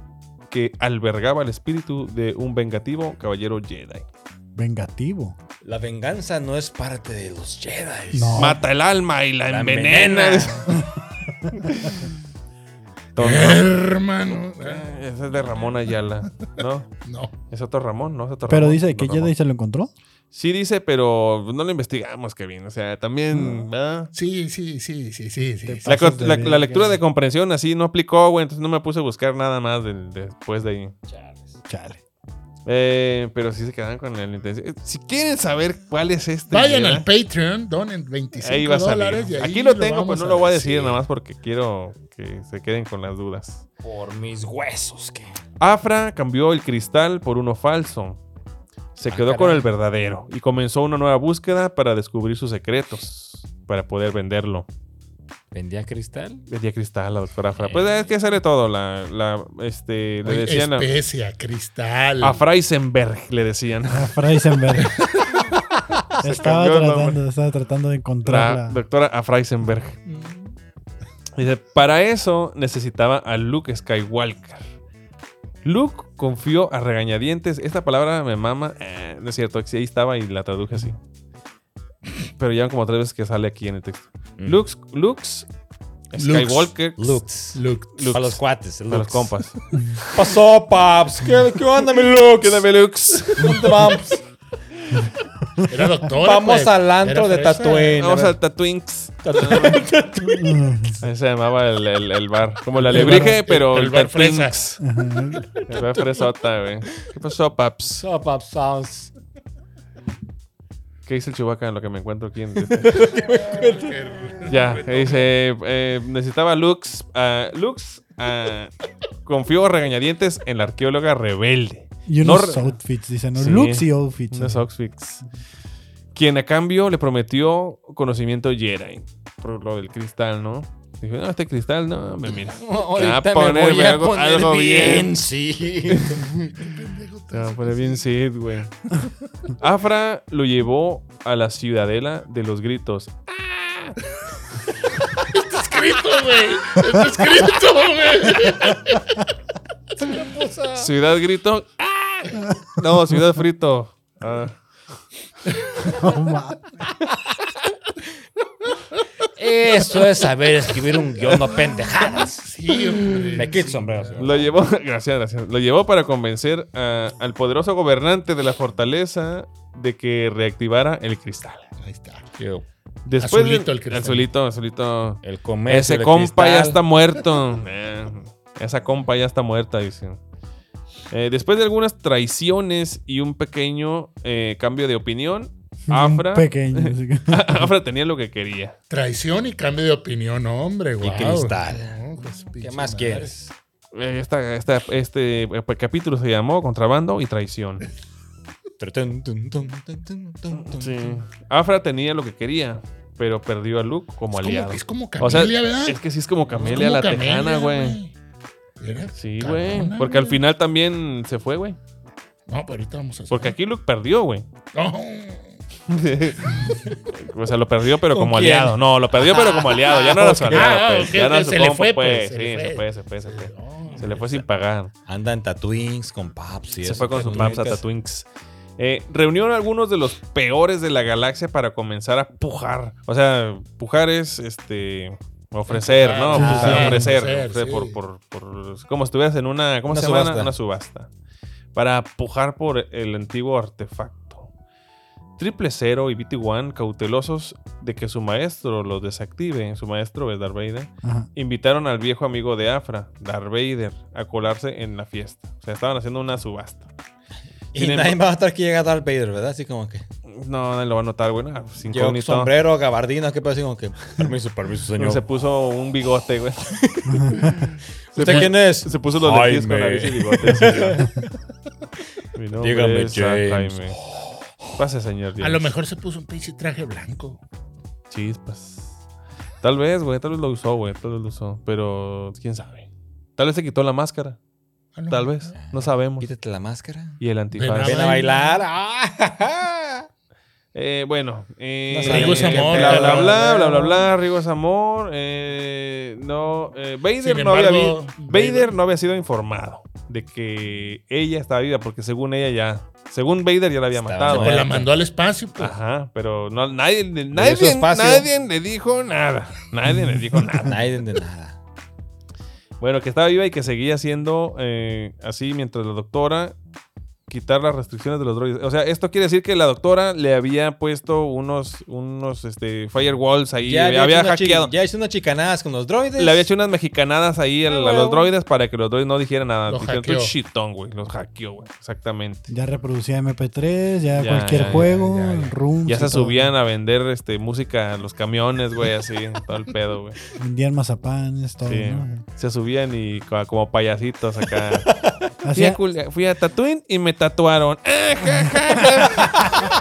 S1: que albergaba el espíritu de un vengativo caballero Jedi.
S2: Vengativo.
S3: La venganza no es parte de los Jedi.
S2: No.
S1: Mata el alma y Oh. la,
S3: La
S1: envenena. Entonces,
S4: Hermano.
S2: ¿Eh?
S4: Ah,
S1: esa Eh, es de Ramón Ayala, ¿no?
S4: No.
S1: Es otro Ramón, ¿no? Es otro
S2: Pero
S1: Ramón,
S2: dice
S1: otro
S2: que
S1: Ramón.
S2: Jedi se lo encontró.
S1: Sí dice, pero no lo investigamos, Kevin. O sea, también... ¿verdad?
S4: Sí, sí, sí, sí, sí, sí. sí.
S1: La, co-
S2: Pasas de
S1: la-
S2: verga.
S1: la lectura de comprensión así no aplicó, güey. Entonces no me puse a buscar nada más del- después de ahí.
S2: Chale.
S1: Eh, pero sí se quedan con el intención. Eh, Si quieren saber cuál es este...
S4: Vayan
S1: ¿verdad?
S4: al Patreon, donen 25
S1: Ahí va a
S4: dólares. y
S1: salir.
S4: ahí
S1: Aquí lo tengo, pues
S4: vamos
S1: no lo voy a decir
S4: decir.
S1: nada más porque quiero que se queden con las dudas.
S3: Por mis huesos, que.
S1: Afra cambió el cristal por uno falso. Se
S3: Ah,
S1: quedó con
S3: caray.
S1: el verdadero y comenzó una nueva búsqueda para descubrir sus secretos, para poder venderlo.
S3: ¿Vendía cristal?
S1: Vendía cristal la doctora Afra.
S3: Eh.
S1: Pues es que sale todo. La, la, este, le
S4: Oye,
S1: decían a,
S4: especia, cristal.
S1: a Freisenberg, le decían.
S2: A Ah, Freisenberg. estaba,
S1: cambió el nombre.
S2: tratando, estaba tratando de
S1: La
S2: encontrarla.
S1: doctora a Freisenberg.
S4: Mm.
S1: Dice, para eso necesitaba a Luke Skywalker. Luke confió a regañadientes. Esta palabra me mama. Eh, no es cierto, sí, ahí estaba y la traduje así. Pero ya como tres veces que sale aquí en el texto. Luke, Luke Skywalker.
S3: Lux.
S4: Look.
S1: Lux.
S3: A los cuates.
S1: Para los compas.
S3: Pasó, paps. ¿Qué, qué onda, mi Lux?
S1: Quédame, Lux.
S3: ¿Dónde vamos?
S4: Era pues. doctor.
S3: Pues, Vamos al antro de Tatooine.
S1: Vamos al Tatwinks.
S2: Mm.
S1: Ahí se llamaba el, el- el bar. Como la
S4: El
S1: lebrige,
S4: bar-
S1: pero
S4: el
S1: el
S4: bar
S1: Tatwinks.
S4: fresas.
S2: Ajá.
S1: El bar fresota, güey. ¿Qué pasó, paps?
S3: Pasó, paps. Sounds.
S1: ¿Qué dice el Chewbacca en lo que me encuentro aquí? En
S4: Tatooine.
S1: Ya, dice, eh, necesitaba Lux. ah, Lux ah, confió a regañadientes en la arqueóloga rebelde,
S2: Y
S1: No
S2: unos
S1: re-
S2: outfits, dicen. ¿no?
S1: Sí.
S2: Looks y outfits.
S1: unas Oxfix, quien a cambio le prometió conocimiento Jedi, por lo del cristal, ¿no? Dije, no, este cristal, no, me mira.
S3: Ahorita
S1: Ya ponerme
S3: me voy a
S1: algo-
S3: poner
S1: algo
S3: bien,
S1: bien.
S3: sí.
S1: Te va a poner bien Sid, güey. Afra lo llevó a la ciudadela de los gritos.
S4: Está escrito, güey. Está escrito, güey.
S1: Ciudad grito. ¡Ah! No, ciudad frito. Ah.
S2: No, ma-
S3: Eso es saber escribir un guión, no pendejadas.
S4: Sí, hombre.
S3: Me quito el sombrero.
S1: Lo llevó, gracias, gracias. Lo llevó para convencer a- al poderoso gobernante de la fortaleza de que reactivara el cristal.
S4: Ahí está.
S1: Después de-
S4: Azulito el cristal.
S1: Azulito, azulito.
S3: El comercio.
S1: Ese
S3: el
S1: compa ya
S3: cristal.
S1: está muerto. Eh, esa compa ya está muerta, dice. Eh, después de algunas traiciones y un pequeño eh, cambio de opinión, Afra,
S2: Un pequeño. así que-
S1: Afra tenía lo que quería.
S4: Traición y cambio de opinión, hombre, pues, güey.
S3: cristal. ¿Qué más
S4: quieres?
S3: quieres?
S1: Eh, esta- esta- este eh, capítulo se llamó Contrabando y Traición. Afra tenía lo que quería, pero perdió a Luke como
S4: Es
S1: aliado.
S4: como, es como
S1: O sea,
S4: Camelia, ¿verdad?
S1: es que sí es como
S4: Es como
S1: Pues, Camelia la
S4: Camelia,
S1: tejana, güey.
S4: Era
S1: Sí,
S4: cabrona,
S1: güey. Porque al
S4: güey.
S1: final también se fue, güey.
S4: No, pero ahorita vamos a hacer.
S1: Porque aquí Luke perdió, güey.
S4: No.
S1: o sea, lo perdió, pero
S3: ¿Con
S1: como
S3: quién?
S1: aliado. No, lo perdió, pero como aliado. Ya no era su
S4: Ah,
S1: aliado, pues.
S4: ok,
S1: Ya no
S4: ok,
S1: era su
S4: se le
S1: compa,
S4: fue,
S1: pues.
S4: pues,
S1: Sí,
S4: se le
S1: se fue,
S4: fue.
S1: se fue, se fue.
S4: No,
S1: Se le fue sin pagar.
S3: Anda en Tatooines con paps. y
S1: Se
S3: eso,
S1: fue con su
S3: Tatooines.
S1: paps a Tatwinks. Eh, reunieron a algunos de los peores de la galaxia para comenzar a pujar. O sea, pujar es este. Ofrecer, ¿no?
S4: Sí,
S1: Pujar,
S2: sí,
S1: ofrecer.
S4: ofrecer,
S1: ofrecer
S4: sí.
S1: por, por- por- como si estuvieras en una. ¿Cómo
S3: Una
S1: se llama?
S3: subasta.
S1: Una subasta. Para pujar por el antiguo artefacto. Triple Cero y BT-1, cautelosos de que su maestro los desactive. Su maestro es Darth Vader
S2: Ajá.
S1: invitaron al viejo amigo de Afra, Darth Vader, a colarse en la fiesta. O sea, estaban haciendo una subasta.
S3: Y
S1: Sin
S3: nadie
S1: embargo-
S3: va a estar que llega Darth Vader, ¿verdad? Así como que.
S1: No, nadie lo va a notar, güey. no, pues,
S3: Llegó con
S1: incógnito.
S3: sombrero, gabardina, ¿qué pasa? Así como que. Permiso, permiso,
S1: Pero
S3: señor.
S1: Se puso un bigote, güey.
S3: ¿Usted quién es?
S1: Se puso los
S3: Jaime.
S1: lentes con nariz y bigote. sí, güey. Mi nombre
S3: Dígame,
S1: es San
S3: James.
S1: Jaime. Pase, señor.
S4: A lo
S1: James.
S4: mejor se puso un pinche traje blanco.
S1: Chispas. Tal vez, güey, tal vez lo usó, güey, tal vez lo usó, pero quién sabe. Tal vez se quitó la máscara,
S4: A lo
S1: tal
S4: mejor-
S1: vez, no sabemos.
S3: Quítate la máscara.
S1: Y el antifaz.
S4: De
S3: Ven
S4: nada.
S3: a bailar.
S4: bailar.
S3: Ah,
S1: Eh, bueno, eh,
S3: No sabemos. Rigo es
S1: amor,
S3: amor,
S1: bla, bla,
S4: la
S1: bla,
S4: verdad.
S1: bla, bla, bla, Rigo es amor. eh, no, eh, Vader
S4: Sin
S1: no había
S4: embargo,
S1: vi-
S4: Vader-
S1: Vader no había sido informado de que ella estaba viva, porque según ella ya, según Vader ya la había
S3: Estaba
S1: matado. ¿eh?
S4: Pues
S3: muerta.
S4: la mandó al espacio, pues.
S1: Ajá, pero no, nadie, nadie,
S3: su espacio.
S1: nadie le dijo nada. Nadie le dijo nada.
S3: Ah, Nadie de nada.
S1: Bueno, que estaba viva y que seguía siendo eh, así mientras la doctora quitar las restricciones de los droides. O sea, esto quiere decir que la doctora le había puesto unos, unos este, firewalls ahí, había,
S3: hecho una
S1: hackeado.
S3: chi- ya hizo unas chicanadas con los droides.
S1: Le había hecho unas mexicanadas ahí a,
S3: Ah,
S1: a
S3: huevo.
S1: los droides para que los droides no dijeran nada.
S4: Los
S1: Dijeron, tú
S4: hackeó.
S1: chitón, güey. Los hackeó, güey. Exactamente.
S2: Ya reproducía MP3, ya,
S1: Ya,
S2: cualquier
S1: ya, ya,
S2: juego,
S1: ya,
S2: rooms
S1: ya.
S2: y
S1: Ya se
S2: todo.
S1: subían a vender este, música a los camiones, güey, así, todo el pedo, güey.
S2: Vendían mazapanes, todo,
S1: Sí.
S2: ¿no?
S1: Se subían y co- como payasitos acá. Fui a,
S2: Hacía,
S1: Cul- fui a Tatooine y me tatuaron. Ah, ja, ja,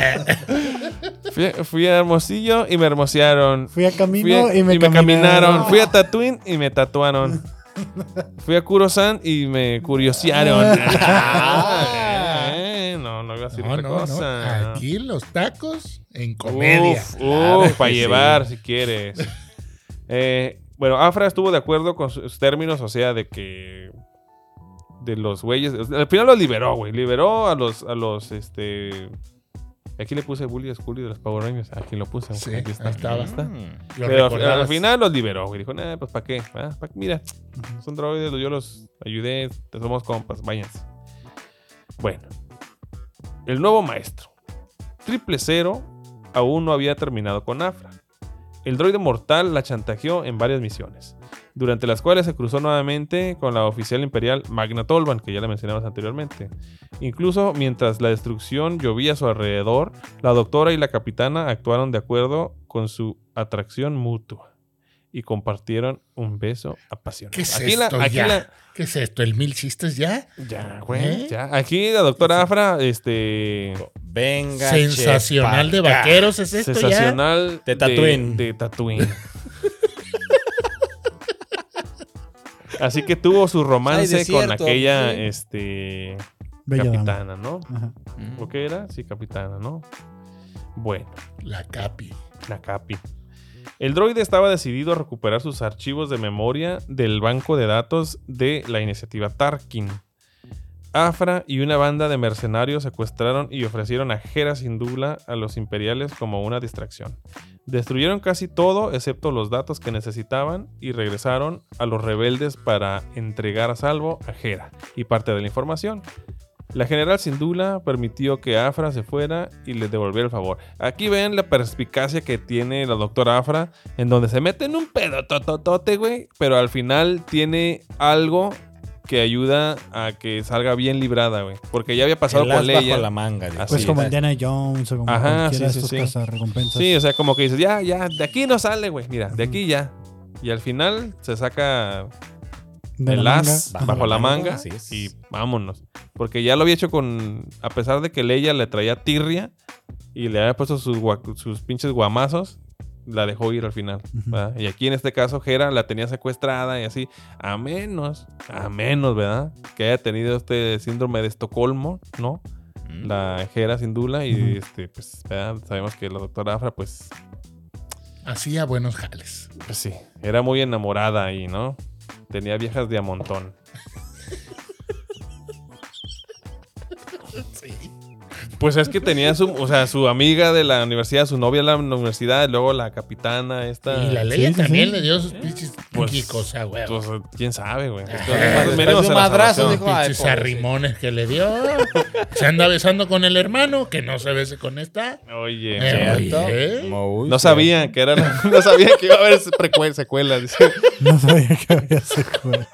S1: ja. fui, a- fui a Hermosillo y me hermosearon.
S2: fui a
S1: Fui
S2: camino
S1: a-
S2: y me
S1: caminaron.
S2: caminaron.
S1: Fui a Tatooine y me tatuaron. Fui a Kurosan y me curiosearon. Ah, eh, no, no iba a decir
S4: No,
S1: otra
S4: no,
S1: cosa.
S4: no. Aquí los tacos en comedia.
S1: Uf,
S3: Claro que
S1: para
S3: sí.
S1: llevar si quieres. Eh, bueno, Afra estuvo de acuerdo con sus términos, o sea, de que de los güeyes, al final los liberó, güey, liberó a los a los este aquí le puse Bully Scully de los Power Rangers, aquí lo puse,
S4: Sí,
S1: aquí está,
S4: ahí estaba.
S1: aquí está.
S4: Lo
S1: Pero al- al,
S4: recordabas.
S1: final los liberó, güey, dijo, "Nah, pues para qué, ¿verdad? Pa' qué? mira, son droides, yo los ayudé, somos compas, váyanse." Bueno, el nuevo maestro. Triple Cero aún no había terminado con Afra. El droide mortal la chantajeó en varias misiones, durante las cuales se cruzó nuevamente con la oficial imperial Magna Tolvan, que ya la mencionamos anteriormente. Incluso mientras la destrucción llovía a su alrededor, la doctora y la capitana actuaron de acuerdo con su atracción mutua y compartieron un beso apasionado.
S4: ¿Qué es
S1: Aquí la-
S4: esto
S1: aquí
S4: ya?
S1: la-
S4: ¿Qué es esto? ¿El mil chistes ya?
S1: ya, güey,
S4: ¿Eh?
S1: ya. Aquí la doctora Afra, este...
S3: Venga.
S4: Sensacional
S3: che,
S4: de
S3: pa' acá.
S4: vaqueros es esto ya.
S1: sensacional
S3: De Tatooine.
S1: de Tatooine. Así que tuvo su romance
S3: Ay, de
S1: con
S3: cierto,
S1: aquella
S3: sí.
S1: este,
S2: Bella dama.
S1: capitana, ¿no?
S2: Ajá.
S3: Mm.
S1: ¿O qué era? Sí, capitana, ¿no? Bueno,
S4: La Capi.
S1: la capi. El droide estaba decidido a recuperar sus archivos de memoria del banco de datos de la iniciativa Tarkin. Afra y una banda de mercenarios secuestraron y ofrecieron a Hera sin dubla a los imperiales como una distracción. Destruyeron casi todo excepto los datos que necesitaban y regresaron a los rebeldes para entregar a salvo a Hera y parte de la información. La general Sindula permitió que Afra se fuera y le devolviera el favor. Aquí ven la perspicacia que tiene la doctora Afra, en donde se mete en un pedo tototote, güey, pero al final tiene algo que ayuda a que salga bien librada, güey. Porque ya había pasado
S3: El as
S1: con
S3: bajo
S1: ella.
S3: la manga. digo.
S1: Así
S2: Pues
S1: Sí,
S2: como
S1: es.
S2: Indiana Jones o como
S1: Ajá,
S2: cualquiera
S1: sí,
S2: de
S1: sí,
S2: estos
S1: sí.
S2: cazarrecompensas.
S1: Sí, o sea, como que dices, ya, ya, de aquí no sale, güey. Mira, de
S2: Ujú.
S1: aquí ya. Y al final se saca
S2: de
S1: el
S2: la
S1: as
S2: manga.
S1: bajo la manga
S3: Así es.
S1: y vámonos. Porque ya lo había hecho con. A pesar de que Leia le traía tirria y le había puesto sus, guac- sus pinches guamazos, la dejó ir al final.
S2: Ujú.
S1: ¿verdad? Y aquí en este caso, Hera la tenía secuestrada y así. A menos, a menos, ¿verdad? Que haya tenido este síndrome de Estocolmo, ¿no?
S3: Mm.
S1: La Hera sin duda. Y
S2: Ujú.
S1: este, pues, ¿verdad? sabemos que la doctora Afra, pues,
S4: Hacía buenos jales.
S1: pues sí, era muy enamorada ahí, ¿no? Tenía viejas de a montón. Pues es que tenía su, o sea, su amiga de la universidad, su novia de la universidad, y luego la capitana esta.
S4: Y la Leia
S2: sí, sí,
S4: también
S2: sí.
S4: le dio sus pinches
S1: Pues,
S4: chicos a huevo.
S1: Pues, quién sabe, güey. Venimos
S4: después
S3: de
S1: a
S3: un
S1: la
S3: madrazo,
S1: salvación.
S3: dijo, "Ay,
S4: Pinches
S3: pobrecito".
S4: arrimones que le dio. Se anda besando con el hermano, que no se bese con esta.
S1: Oye,
S4: Eh,
S3: ¿Cierto?
S4: Oye.
S3: Muy
S1: no
S3: cierto.
S1: sabía que era, la- no sabía que iba a haber precue- secuelas. dice.
S2: No sabía que había secuela.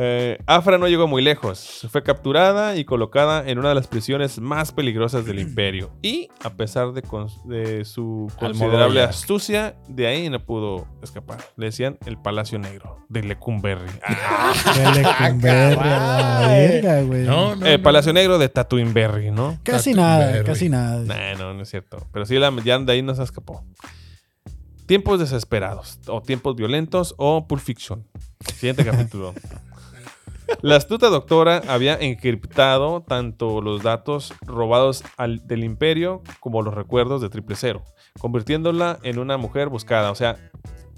S1: Eh, Afra no llegó muy lejos. Fue capturada y colocada en una de las prisiones más peligrosas del imperio. Y, a pesar de, cons- de su considerable
S3: Almodóvar.
S1: astucia, de ahí no pudo escapar. Le decían el Palacio Negro de Lecumberri. Ah,
S2: De Lecumberri a la
S3: Caray.
S2: verga, güey.
S4: No, no.
S1: eh,
S4: no.
S1: Palacio Negro de Tatuinberri, ¿no?
S2: Casi
S4: Tato
S2: nada,
S4: Berry.
S2: casi nada.
S1: Nah, no, no es cierto. Pero sí, la, ya de ahí no se escapó. Tiempos desesperados, o tiempos violentos, o Pulp Fiction. Siguiente capítulo. La astuta doctora había encriptado tanto los datos robados al- del imperio como los recuerdos de Triple Cero, convirtiéndola en una mujer buscada. O sea,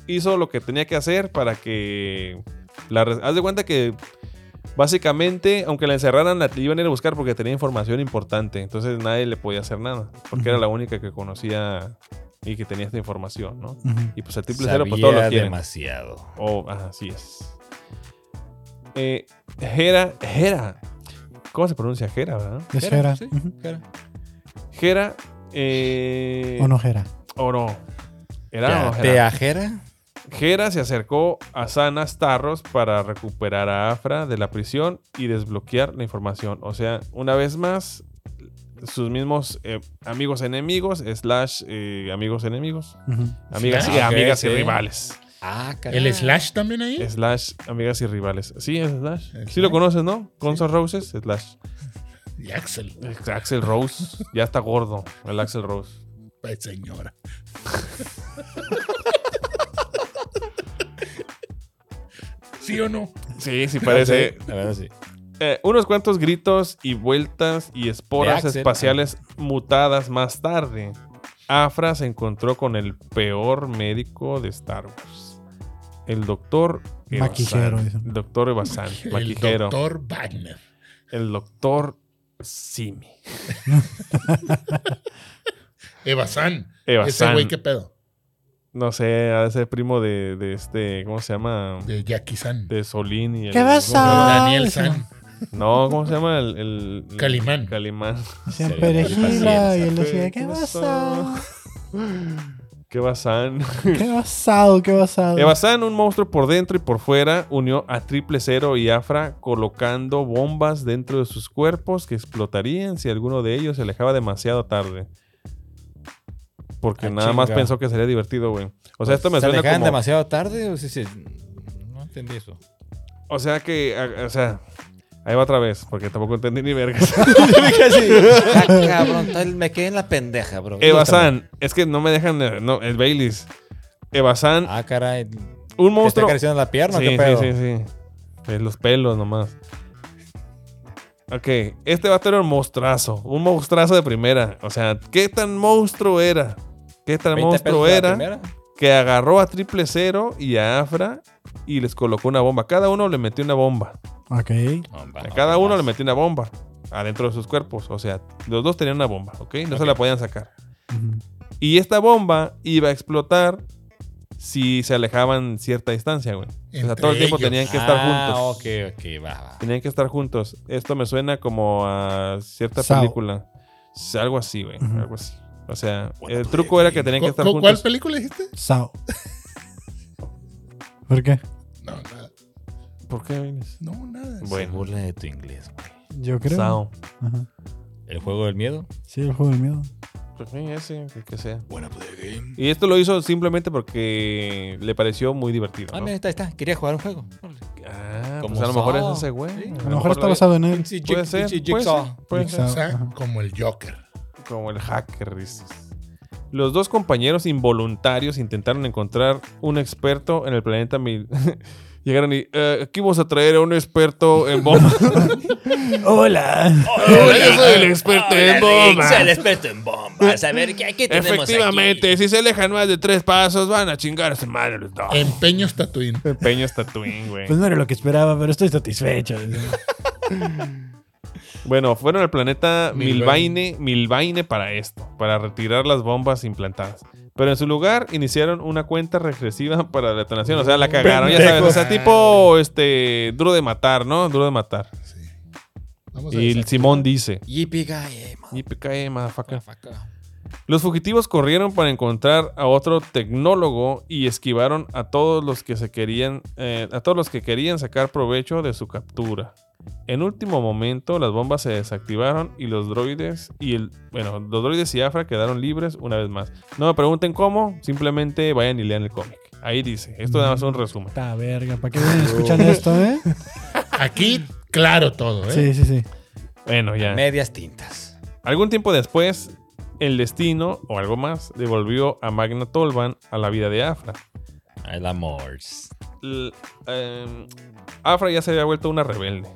S1: hizo lo que tenía que hacer para que... La, re- haz de cuenta que Básicamente, aunque la encerraran, la iban a ir a buscar porque tenía información importante. Entonces nadie le podía hacer nada. Porque era la única que conocía y que tenía esta información, ¿no?
S2: Ujú.
S1: Y pues el triple cero, pues todo
S3: Sabía
S1: lo quieren.
S3: demasiado.
S1: Oh, ajá, así es. Eh, Hera, Hera. ¿Cómo se pronuncia Hera, verdad?
S2: Es Jera.
S3: sí,
S2: Ujú.
S3: era.
S1: Hera, eh...
S2: O no Jera.
S1: O no. Era o no, Hera.
S3: ¿Peajera?
S1: Hera se acercó a Sanas Tarros para recuperar a Afra de la prisión y desbloquear la información. O sea, una vez más, sus mismos eh, amigos enemigos, slash eh, amigos enemigos,
S2: Ujú.
S1: amigas,
S4: Slash,
S1: y,
S3: ok,
S1: amigas y
S3: sí.
S1: rivales.
S3: Ah, caray.
S4: ¿El Slash también ahí?
S1: Slash, amigas y rivales. Sí, es Slash.
S4: Slash.
S1: Sí lo conoces, ¿no? Guns N' Roses, Slash.
S4: Y Axel.
S1: Axel Rose. ya está gordo, el Axel Rose.
S4: Ay, eh, señora. ¿Sí o no?
S1: Sí, sí parece.
S3: La verdad, sí.
S1: Eh, unos cuantos gritos y vueltas y esporas
S3: De Axel.
S1: espaciales mutadas más tarde. Afra se encontró con el peor médico de Star Wars. El doctor Evazán.
S2: Maquijero, dicen.
S1: El doctor Evazán.
S4: El
S1: Maquijero.
S4: doctor Wagner.
S1: El doctor Simi.
S4: Eva San. Ese
S1: Evazán.
S4: güey, ¿qué pedo?
S1: No sé, a ese primo de, de este, ¿cómo se llama?
S4: De Jackie San.
S1: De Ah, Solín y el-
S2: Evazán.
S4: Daniel
S2: Ay,
S4: San.
S1: No, ¿cómo se llama? El, el- el-
S4: Calimán.
S1: Calimán.
S2: Decían
S3: Sería
S2: perejila
S3: paciencia.
S2: y él decía,
S1: Eh,
S2: qué
S1: ¿qué
S2: basado,
S1: ¿Qué Evazán?
S2: qué basado, qué basado.
S1: Evazán, un monstruo por dentro y por fuera, unió a Triple Cero y Afra colocando bombas dentro de sus cuerpos que explotarían si alguno de ellos se alejaba demasiado tarde. Porque
S3: Ah,
S1: nada más
S3: chinga. Pues
S1: pensó que sería divertido, güey. O sea, esto me
S3: ¿Se
S1: suena
S3: alejaban
S1: como...
S3: demasiado tarde? O sí, sí. No entendí eso.
S1: O sea que... a- O sea... Ahí va otra vez, porque tampoco entendí ni vergas.
S3: Ah, cabrón, tal- me quedé en la pendeja, bro.
S1: Evazán, es que no me dejan... eh, No, es Baileys. Evazán,
S3: Ah, caray.
S1: un
S3: ¿Te está
S1: monstruo...
S3: acariciando la pierna o
S1: Sí,
S3: qué pedo?
S1: sí, sí, sí. Pues los pelos nomás. Ok, este va a tener un monstruazo. Un monstruazo de primera. O sea, ¿qué tan monstruo era? ¿Qué tan
S3: 20
S1: monstruo
S3: pesos la
S1: era
S3: primera.
S1: que agarró a Triple Cero y a Afra y les colocó una bomba? Cada uno le metió una bomba.
S2: Ok.
S3: Hombre,
S1: A
S3: Ah, no,
S1: cada uno
S3: más.
S1: le metió una bomba adentro de sus cuerpos. O sea, los dos tenían una bomba, ¿ok? No se la podían sacar.
S2: Ujú.
S1: Y esta bomba iba a explotar si se alejaban cierta distancia, güey. O sea,
S4: Entre
S1: todo el tiempo
S4: ellos.
S1: tenían que estar
S3: Ah,
S1: juntos.
S3: ok, ok, va, va.
S1: Tenían que estar juntos. Esto me suena como a cierta
S2: Saw.
S1: película. S- Algo así, güey.
S2: Ujú.
S1: Algo así. O sea, el truco era que tenían que estar
S4: ¿Cu- cu- ¿Cuál
S1: juntos.
S4: película dijiste?
S2: Sao. ¿Por qué?
S4: No, nada.
S1: ¿Por qué vienes?
S4: No, nada.
S1: Bueno.
S3: Se burla de tu inglés, güey.
S2: Yo creo.
S1: Sao.
S2: Ajá.
S3: ¿El juego del miedo?
S2: Sí, el juego del miedo.
S1: Pues sí, ese, el que sea.
S4: Buena play game.
S1: Y esto lo hizo simplemente porque le pareció muy divertido.
S3: Ah,
S1: ¿no?
S3: mira, ahí está, ahí está. Quería jugar un juego. Órale.
S1: Ah,
S3: Como
S1: pues a lo mejor
S3: Saw.
S1: es ese güey.
S3: Sí. A lo
S2: A lo mejor está
S1: lo-
S2: basado en él.
S3: Pinche
S1: Puede
S3: jig-
S1: ser.
S3: pinche
S1: Puede
S3: jigsaw.
S1: ser. Puede ser.
S4: O
S2: Sao,
S4: sea,
S2: ajá.
S4: como el Joker.
S1: Como el hacker, dices. Los dos compañeros involuntarios intentaron encontrar un experto en el planeta mil. Llegaron y "Eh, aquí vamos a traer a un experto en bombas.
S2: Hola.
S1: yo soy el experto
S3: Ah,
S1: en bombas.
S3: experto en bombas. A ver, ¿qué, qué
S1: Efectivamente, si se alejan más de tres pasos, van a chingar a su madre los dos.
S4: Em- Empeños Tatooine.
S1: Peño es Tatooine, güey.
S2: Pues no era lo que esperaba, pero estoy satisfecho.
S1: Bueno, fueron al planeta Milvaine,
S4: Milvaine.
S1: Milvaine para esto, para retirar las bombas implantadas. Pero en su lugar iniciaron una cuenta regresiva para la detonación. O sea, la cagaron, ya sabes. O sea, tipo este duro de matar, ¿no? Duro de matar.
S4: Sí. Vamos a
S1: Y el
S4: desactivar.
S1: Simón dice.
S3: Yippee guy,
S1: "Yippee-ki-yay, motherfucker". Los fugitivos corrieron para encontrar a otro tecnólogo y esquivaron a todos los que se querían, eh, a todos los que querían sacar provecho de su captura. En último momento, las bombas se desactivaron y los droides y el, bueno, los droides y Afra quedaron libres una vez más. No me pregunten cómo, simplemente vayan y lean el cómic. Ahí dice, esto nada más es un resumen.
S2: Ta verga, ¿para qué vienen escuchando esto, eh?
S4: Aquí, claro todo, ¿eh?
S2: Sí, sí, sí.
S1: Bueno, ya.
S3: Medias tintas.
S1: Algún tiempo después, el destino, o algo más, devolvió a Magna Tolvan a la vida de Afra.
S3: Ah, El amor.
S1: L- em, Afra ya se había vuelto una rebelde.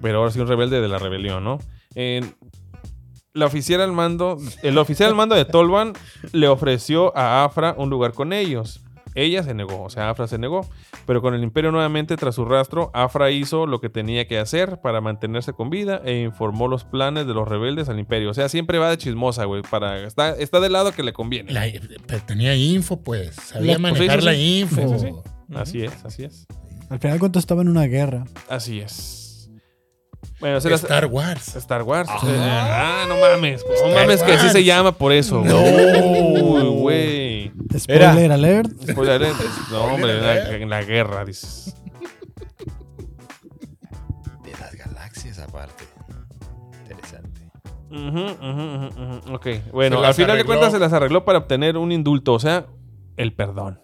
S1: Pero ahora sí un rebelde de la rebelión, ¿no? En- la oficial al mando, el oficial al mando de Tolvan le ofreció a Afra un lugar con ellos. Ella se negó, o sea, Afra se negó. Pero con el imperio nuevamente tras su rastro, Afra hizo lo que tenía que hacer para mantenerse con vida e informó los planes de los rebeldes al imperio. O sea, siempre va de chismosa, güey. Para, está, está del lado que le conviene.
S4: La- pero tenía info, pues. Sabía
S1: La- pues sí,
S4: manejar
S1: sí,
S4: la
S1: sí.
S4: info.
S1: Sí, sí, Así es, así es.
S2: Al final cuando estaba en una guerra.
S1: Así es. Bueno, se las-
S4: Star Wars.
S1: Star Wars. o sea, Ah, no mames. pues, no mames que así
S4: Wars.
S1: se llama por eso.
S4: No.
S1: güey. Uy, güey.
S2: Spoiler alert.
S1: Spoiler alert. No, hombre, en la, en la guerra, dices.
S3: De las galaxias aparte. Interesante.
S1: Ujú, ujú, ujú, ujú. Ok, bueno,
S4: Se
S1: al
S4: las
S1: final de
S4: arregló.
S1: cuentas se las arregló para obtener un indulto, o sea, el perdón.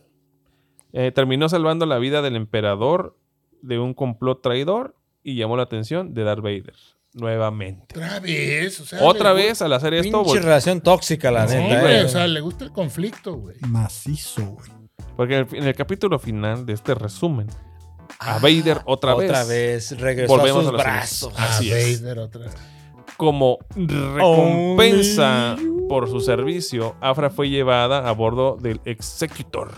S1: Eh, terminó salvando la vida del emperador de un complot traidor y llamó la atención de Darth Vader nuevamente.
S4: Otra vez. O sea,
S1: Otra
S4: le gu-
S1: vez al hacer esto,
S3: Pinche
S1: vol-
S3: relación tóxica, la
S4: Sí,
S3: neta.
S4: güey,
S3: eh.
S4: o sea, le gusta el conflicto, güey.
S2: Macizo, güey.
S1: porque en el- en el capítulo final de este resumen, a Vader otra vez.
S3: Otra vez regresó
S1: Volvemos
S3: a
S1: a
S3: sus
S1: los
S3: brazos.
S4: A
S1: Así es.
S4: Vader otra vez.
S1: Como recompensa por su servicio, Afra fue llevada a bordo del Executor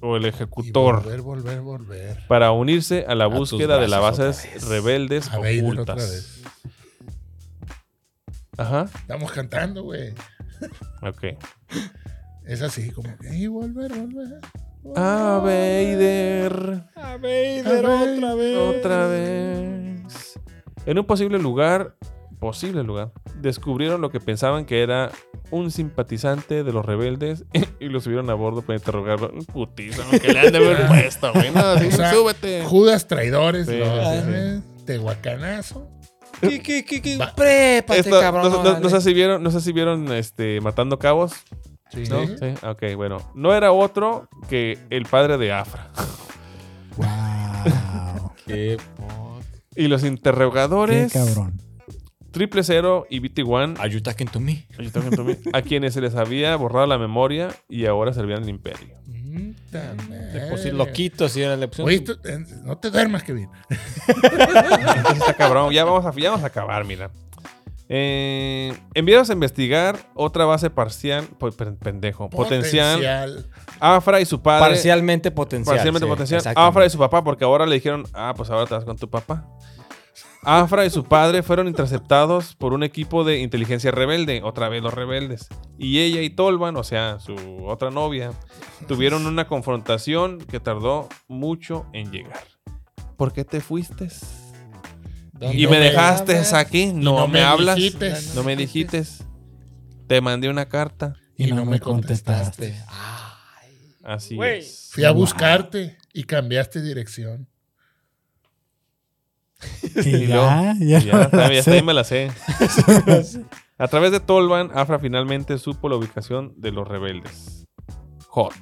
S1: o el
S4: Y
S1: Ejecutor
S4: volver, volver, volver.
S1: para unirse a la
S3: tus
S1: búsqueda de las
S3: brazos otra
S1: bases
S3: vez.
S1: rebeldes
S4: A Vader otra
S1: ocultas.
S4: vez.
S1: Ajá,
S4: Estamos cantando, güey.
S1: ok.
S4: Es así como que, y volver, volver.
S1: A Vader.
S3: A Vader otra vez.
S1: Otra
S3: Mm.
S1: vez. En un posible lugar, posible lugar, descubrieron lo que pensaban que era un simpatizante de los rebeldes y lo subieron a bordo para interrogarlo. Putiza, que le han de haber puesto, güey. No, sí,
S4: O sea,
S1: súbete.
S4: Judas traidores,
S1: Sí,
S4: ¿no?
S1: sí,
S4: ¿sabes? Tehuacanazo.
S3: ¿Qué, qué, qué, qué?
S4: Va.
S3: Prépate,
S1: Esto,
S3: cabrón.
S1: no, no- no sé
S3: dale.
S1: si vieron, no sé si vieron este, Matando Cabos,
S4: Sí.
S1: ¿no? Sí. Ok, bueno. No era otro que el padre de Afra.
S2: Wow.
S3: Qué
S1: Y los
S2: Qué
S1: interrogadores,
S2: cabrón.
S1: Triple Cero y BT-1
S3: Are you talking to me?
S1: Ahí está junto a mí. a quienes se les había borrado la memoria y ahora servían al imperio. pues
S4: Mm, ta madre.
S3: Por si loquitos y era la opción.
S4: Oye, tú, eh, no te duermas, Kevin.
S1: Entonces está cabrón. Ya vamos a, ya vamos a acabar, mira. Eh, enviados a investigar otra base parcial, po- pen- pendejo, potencial, Afra y su padre.
S3: Parcialmente potencial.
S1: parcialmente
S3: sí,
S1: potencial.
S3: exactamente.
S1: Afra y su papá, porque ahora le dijeron, ah, pues ahora te vas con tu papá. Afra y su padre fueron interceptados por un equipo de inteligencia rebelde, otra vez los rebeldes. Y ella y Tolvan, o sea, su otra novia, tuvieron una confrontación que tardó mucho en llegar. ¿Por qué te fuiste? Y
S4: No
S1: me
S4: me
S1: dejaste
S3: hablas,
S1: aquí, no,
S4: no
S1: me,
S4: me
S1: hablas,
S4: dijites.
S1: no me dijiste. Te mandé una carta.
S2: Y, no, me contestaste.
S1: Así es.
S4: Fui a buscarte y cambiaste dirección.
S2: Y
S1: Y
S2: Ah, ya, ya.
S1: Ya,
S2: no
S1: también,
S2: sé.
S1: también me la sé. A través de Tolvan, Afra finalmente supo la ubicación de los rebeldes. Hot.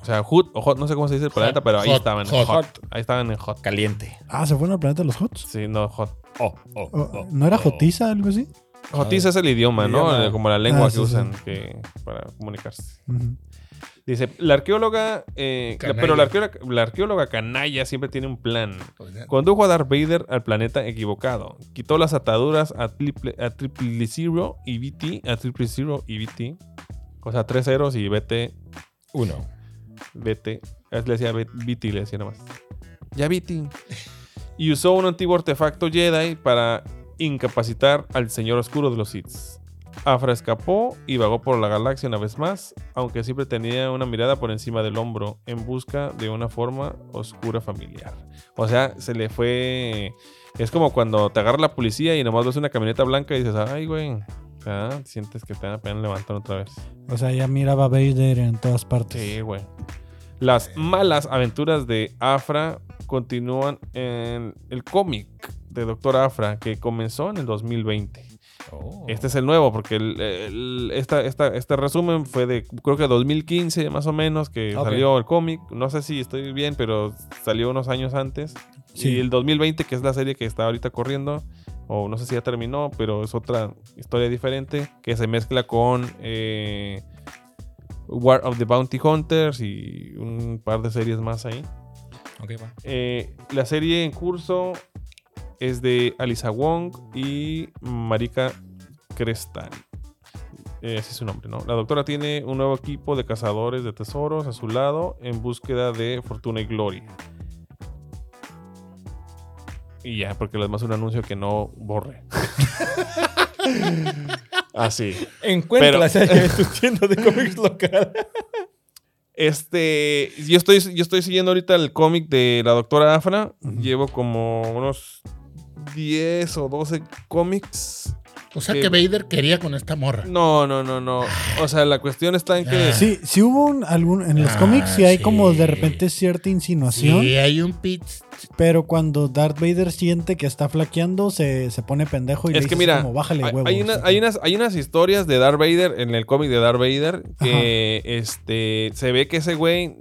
S1: O sea, Hut o Hot, no sé cómo se dice el planeta, pero ahí
S4: Hot,
S1: estaban en
S4: Hot.
S1: Hot. Ahí estaban en Hot.
S3: Caliente.
S2: Ah, ¿se fueron al planeta de los Hots?
S1: Sí, no, Hot.
S3: Oh, oh,
S2: ¿O-
S3: oh,
S2: ¿No era
S3: oh.
S2: Jotiza algo así?
S1: Hotiza es el idioma,
S3: El
S1: ¿no?
S3: idioma.
S1: Como la lengua
S2: Ah,
S1: que
S2: sí, sí.
S1: usan que- para comunicarse.
S2: Ujú.
S1: Dice, la arqueóloga, eh, la-
S4: Canalla.
S1: pero la arqueóloga, la arqueóloga canalla siempre tiene un plan.
S4: O sea,
S1: Condujo a Darth Vader al planeta equivocado. Quitó las ataduras a triple, a triple zero y BT. A triple zero y BT. O sea, tres ceros y BT.
S3: Uno.
S1: BT. Es- Le decía B- BT, le decía nomás. Ya BT. Y usó un antiguo artefacto Jedi para incapacitar al Señor Oscuro de los Sith. Afra escapó y vagó por la galaxia una vez más, aunque siempre tenía una mirada por encima del hombro en busca de una forma oscura familiar. O sea, se le fue... Es como cuando te agarra la policía y nomás ves una camioneta blanca y dices, ay, güey, O sea, sientes que te van a pegar levantar otra vez.
S2: O sea, ya miraba a Vader en todas partes.
S1: Sí, güey. Las malas aventuras de Afra continúan en el cómic de Doctor Afra que comenzó en el 2020.
S3: Oh.
S1: Este es el nuevo, porque el, el- esta- esta- este resumen fue de, creo que 2015 más o menos, que
S3: Ok.
S1: salió el cómic. No sé si estoy bien, pero salió unos años antes.
S2: Sí.
S1: Y el 2020, que es la serie que está ahorita corriendo, o no sé si ya terminó, pero es otra historia diferente, que se mezcla con eh, War of the Bounty Hunters y un par de series más ahí.
S3: Ok, va.
S1: Eh, la serie en curso es de Alisa Wong y Marika Crestan. Eh, Ese es su nombre, ¿no? La doctora tiene un nuevo equipo de cazadores de tesoros a su lado en búsqueda de fortuna y gloria. Y ya, porque además un anuncio que no borre. Así.
S3: Encuentra
S1: Pero-
S3: la serie en tu tienda de cómics local.
S1: Este, yo estoy, yo estoy siguiendo ahorita el cómic de la doctora Afra. Llevo como unos 10 o 12 cómics.
S4: O sea
S1: Sí.
S4: que Vader quería con esta morra.
S1: No, no, no, no. O sea, la cuestión está en que...
S4: Ah.
S2: Sí, sí hubo un, algún. En los
S4: Ah,
S2: cómics sí hay
S4: sí.
S2: como de repente cierta insinuación.
S4: Sí, hay un pitch.
S2: Pero cuando Darth Vader siente que está flaqueando, se, se pone pendejo y le
S1: Es que
S2: dices
S1: mira,
S2: como, bájale
S1: hay,
S2: huevos.
S1: hay una- hay unas, hay unas historias de Darth Vader en el cómic de Darth Vader que este, se ve que ese güey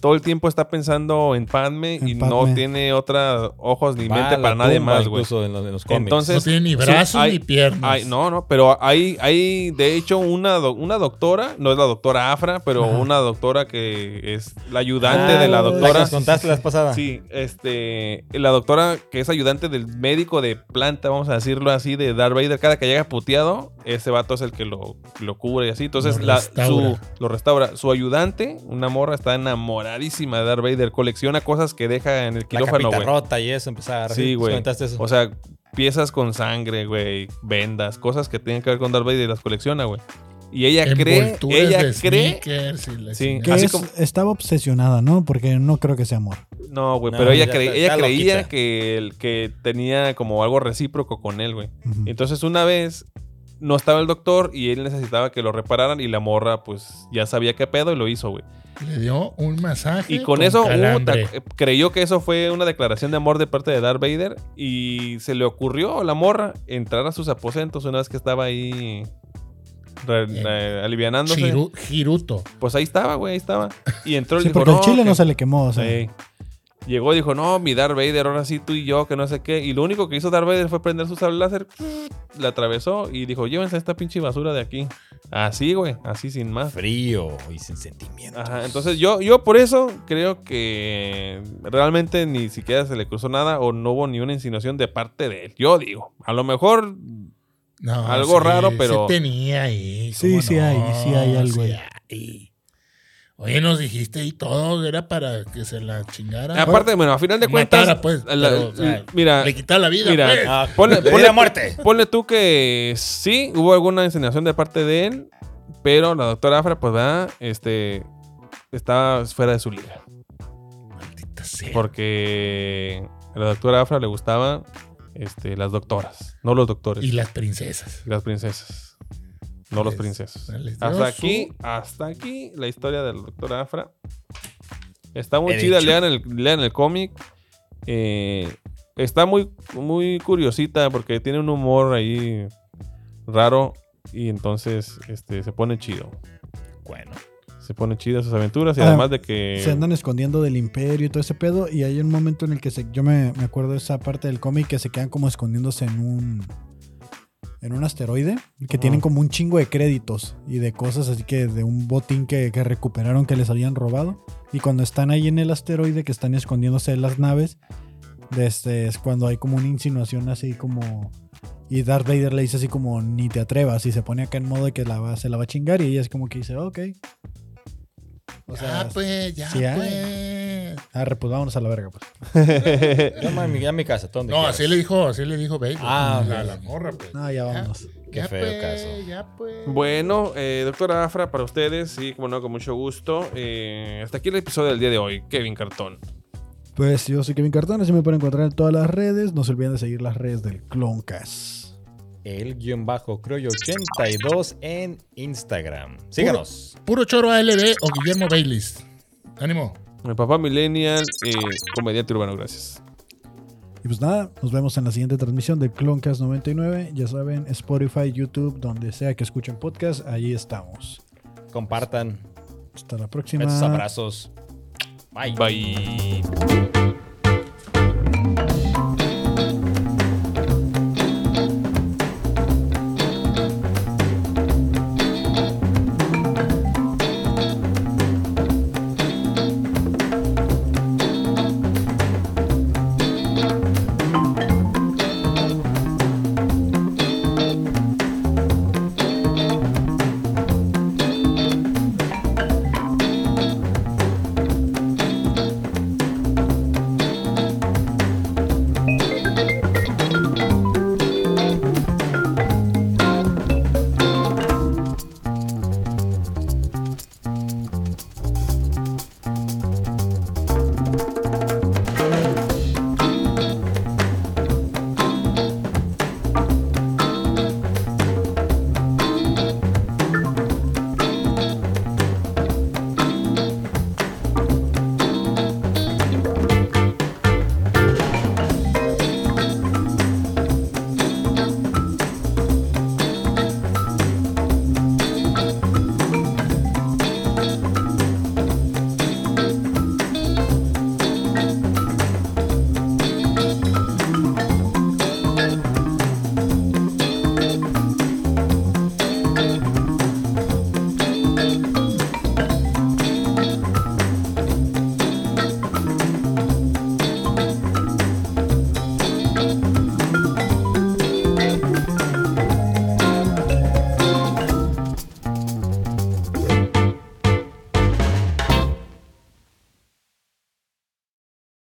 S1: todo el tiempo está pensando en Padme y
S2: En
S1: no
S2: Padme.
S1: tiene otra ojos ni
S3: Va a
S1: mente
S3: la
S1: para nadie
S3: tumba,
S1: más, güey.
S3: Incluso en los, en los cómics.
S1: Entonces,
S4: No tiene ni
S1: sí,
S4: brazos
S1: hay-
S4: ni piernas.
S1: Ay, no, no, pero hay, hay de hecho una, do- una doctora, no es la doctora Afra, pero
S2: Ajá.
S1: una doctora que es la ayudante de la
S2: Ah,
S3: La que
S1: doctora.
S3: nos contaste la pasada.
S1: Sí, este, la doctora que es ayudante del médico de planta, vamos a decirlo así, de Darth Vader, cada que llega puteado, ese vato es el que lo, lo cubre y así. Entonces,
S4: Lo
S1: la, su,
S4: restaura.
S1: lo restaura. Su ayudante, una morra, está enamoradísima de Darth Vader, colecciona cosas que deja en el
S3: La
S1: quirófano,
S3: capita
S1: güey.
S3: rota y eso, empezar.
S1: Sí, güey.
S3: Comentaste eso.
S1: O sea, piezas con sangre, güey, vendas, cosas que tienen que ver con Darth Vader y las colecciona, güey. Y ella cree,
S4: Envolturas
S1: ella
S4: de
S1: cree,
S4: sneakers y la
S1: Sí.
S4: chingada.
S2: Que
S1: así
S2: es-
S1: como-
S2: estaba obsesionada, ¿no? Porque no creo que sea amor.
S1: no, güey,
S3: No,
S1: pero ella,
S3: ya
S1: cree-
S3: está-
S1: ella
S3: está
S1: creía
S3: loquita.
S1: que, el- que tenía como algo recíproco con él, güey.
S2: Ujú.
S1: Entonces una vez no estaba el doctor y él necesitaba que lo repararan y la morra pues ya sabía qué pedo y lo hizo, güey.
S4: Le dio un masaje.
S1: Y con eso, uh,
S4: calambre.
S1: puta, creyó que eso fue una declaración de amor de parte de Darth Vader. Y se le ocurrió a la morra entrar a sus aposentos una vez que estaba ahí re-
S2: Eh,
S4: Bien.
S1: re- alivianándose.
S4: Chiru- Jiruto.
S1: Pues ahí estaba, güey, ahí estaba. Y entró y
S2: Sí,
S1: dijo,
S2: porque el chile
S1: que-
S2: no se le quemó, o sea.
S1: Sí. Llegó y dijo, no, mi Darth Vader, ahora sí tú y yo, que no sé qué. Y lo único que hizo Darth Vader fue prender su sable láser, la atravesó y dijo, llévense esta pinche basura de aquí. Así, güey, así sin más.
S3: frío y sin sentimiento.
S1: Ah. Ajá, entonces yo, yo por eso creo que realmente ni siquiera se le cruzó nada o no hubo ni una insinuación de parte de él. Yo digo, a lo mejor
S4: No,
S1: Algo raro, pero-
S4: Sí tenía ahí.
S2: Sí,
S4: ¿cómo
S2: sí
S4: no?
S2: hay, sí hay algo ahí.
S4: hay. Oye, nos dijiste y todo era para que se la chingara.
S1: aparte, bueno, a final de cuentas,
S4: Matara, pues,
S1: la-
S4: pero, o sea,
S1: mira,
S4: le quitaba la vida.
S1: mira,
S4: pues.
S3: Ah,
S1: Ponle-
S3: le di
S1: ponle-
S3: la muerte.
S1: Ponle tú que sí, hubo alguna insinuación de parte de él, pero la doctora Afra, pues, ¿verdad? Este, está fuera de su liga.
S4: Maldita sea.
S1: Porque a la doctora Afra le gustaban este, las doctoras, no los doctores.
S4: Y las princesas.
S1: y las princesas, no los
S4: Les-
S1: princesos.
S4: les dio
S1: Hasta
S4: su-
S1: aquí, hasta aquí la historia de la doctora Afra. Está muy
S3: He
S1: chida,
S3: dicho.
S1: lean el, lean el cómic. Eh, está muy, muy curiosita porque tiene un humor ahí raro y entonces este, se pone chido.
S3: Bueno.
S1: Se pone chida sus aventuras y
S2: Ah,
S1: además de que...
S2: Se andan escondiendo del imperio y todo ese pedo. Y hay un momento en el que se, yo me, me acuerdo de esa parte del cómic que se quedan como escondiéndose en un. En un asteroide que
S1: Ujú.
S2: tienen como un chingo de créditos y de cosas así que de un botín que, que recuperaron que les habían robado. Y cuando están ahí en el asteroide, que están escondiéndose de las naves, desde, es cuando hay como una insinuación así como. Y Darth Vader le dice así como, ni te atrevas. Y se pone acá en modo de que la va, se la va a chingar. Y ella es como que dice, ok. O
S4: ya, pues, ya,
S2: sí hay.
S4: pues.
S2: Arre, pues vámonos a la verga, pues.
S3: Yo me- mi- ya mi casa, ¿dónde
S4: No,
S3: quieres?
S4: así le dijo, así le dijo Baby.
S3: Ah,
S4: la,
S3: ok.
S4: la morra, pues.
S2: No, ya vámonos.
S3: Qué
S4: ya,
S3: feo
S4: pues,
S3: caso.
S4: Ya, pues.
S1: Bueno, eh, doctora Afra, para ustedes, sí, como no, con mucho gusto. Eh, hasta aquí el episodio del día de hoy, Kevin Cartón.
S2: Pues yo soy Kevin Cartón, así me pueden encontrar en todas las redes. No se olviden de seguir las redes del Cloncast.
S3: el guión bajo Croyo 82 en Instagram. Síganos.
S4: Puro Choro ALB o Guillermo Baylis. Ánimo.
S1: Mi papá millennial, eh, comediante urbano, gracias.
S2: Y pues nada, nos vemos en la siguiente transmisión de Cloncast 99. Ya saben, Spotify, YouTube, donde sea que escuchen podcast, ahí estamos.
S3: Compartan.
S2: Hasta la próxima.
S3: Besos, abrazos. Bye.
S1: Bye.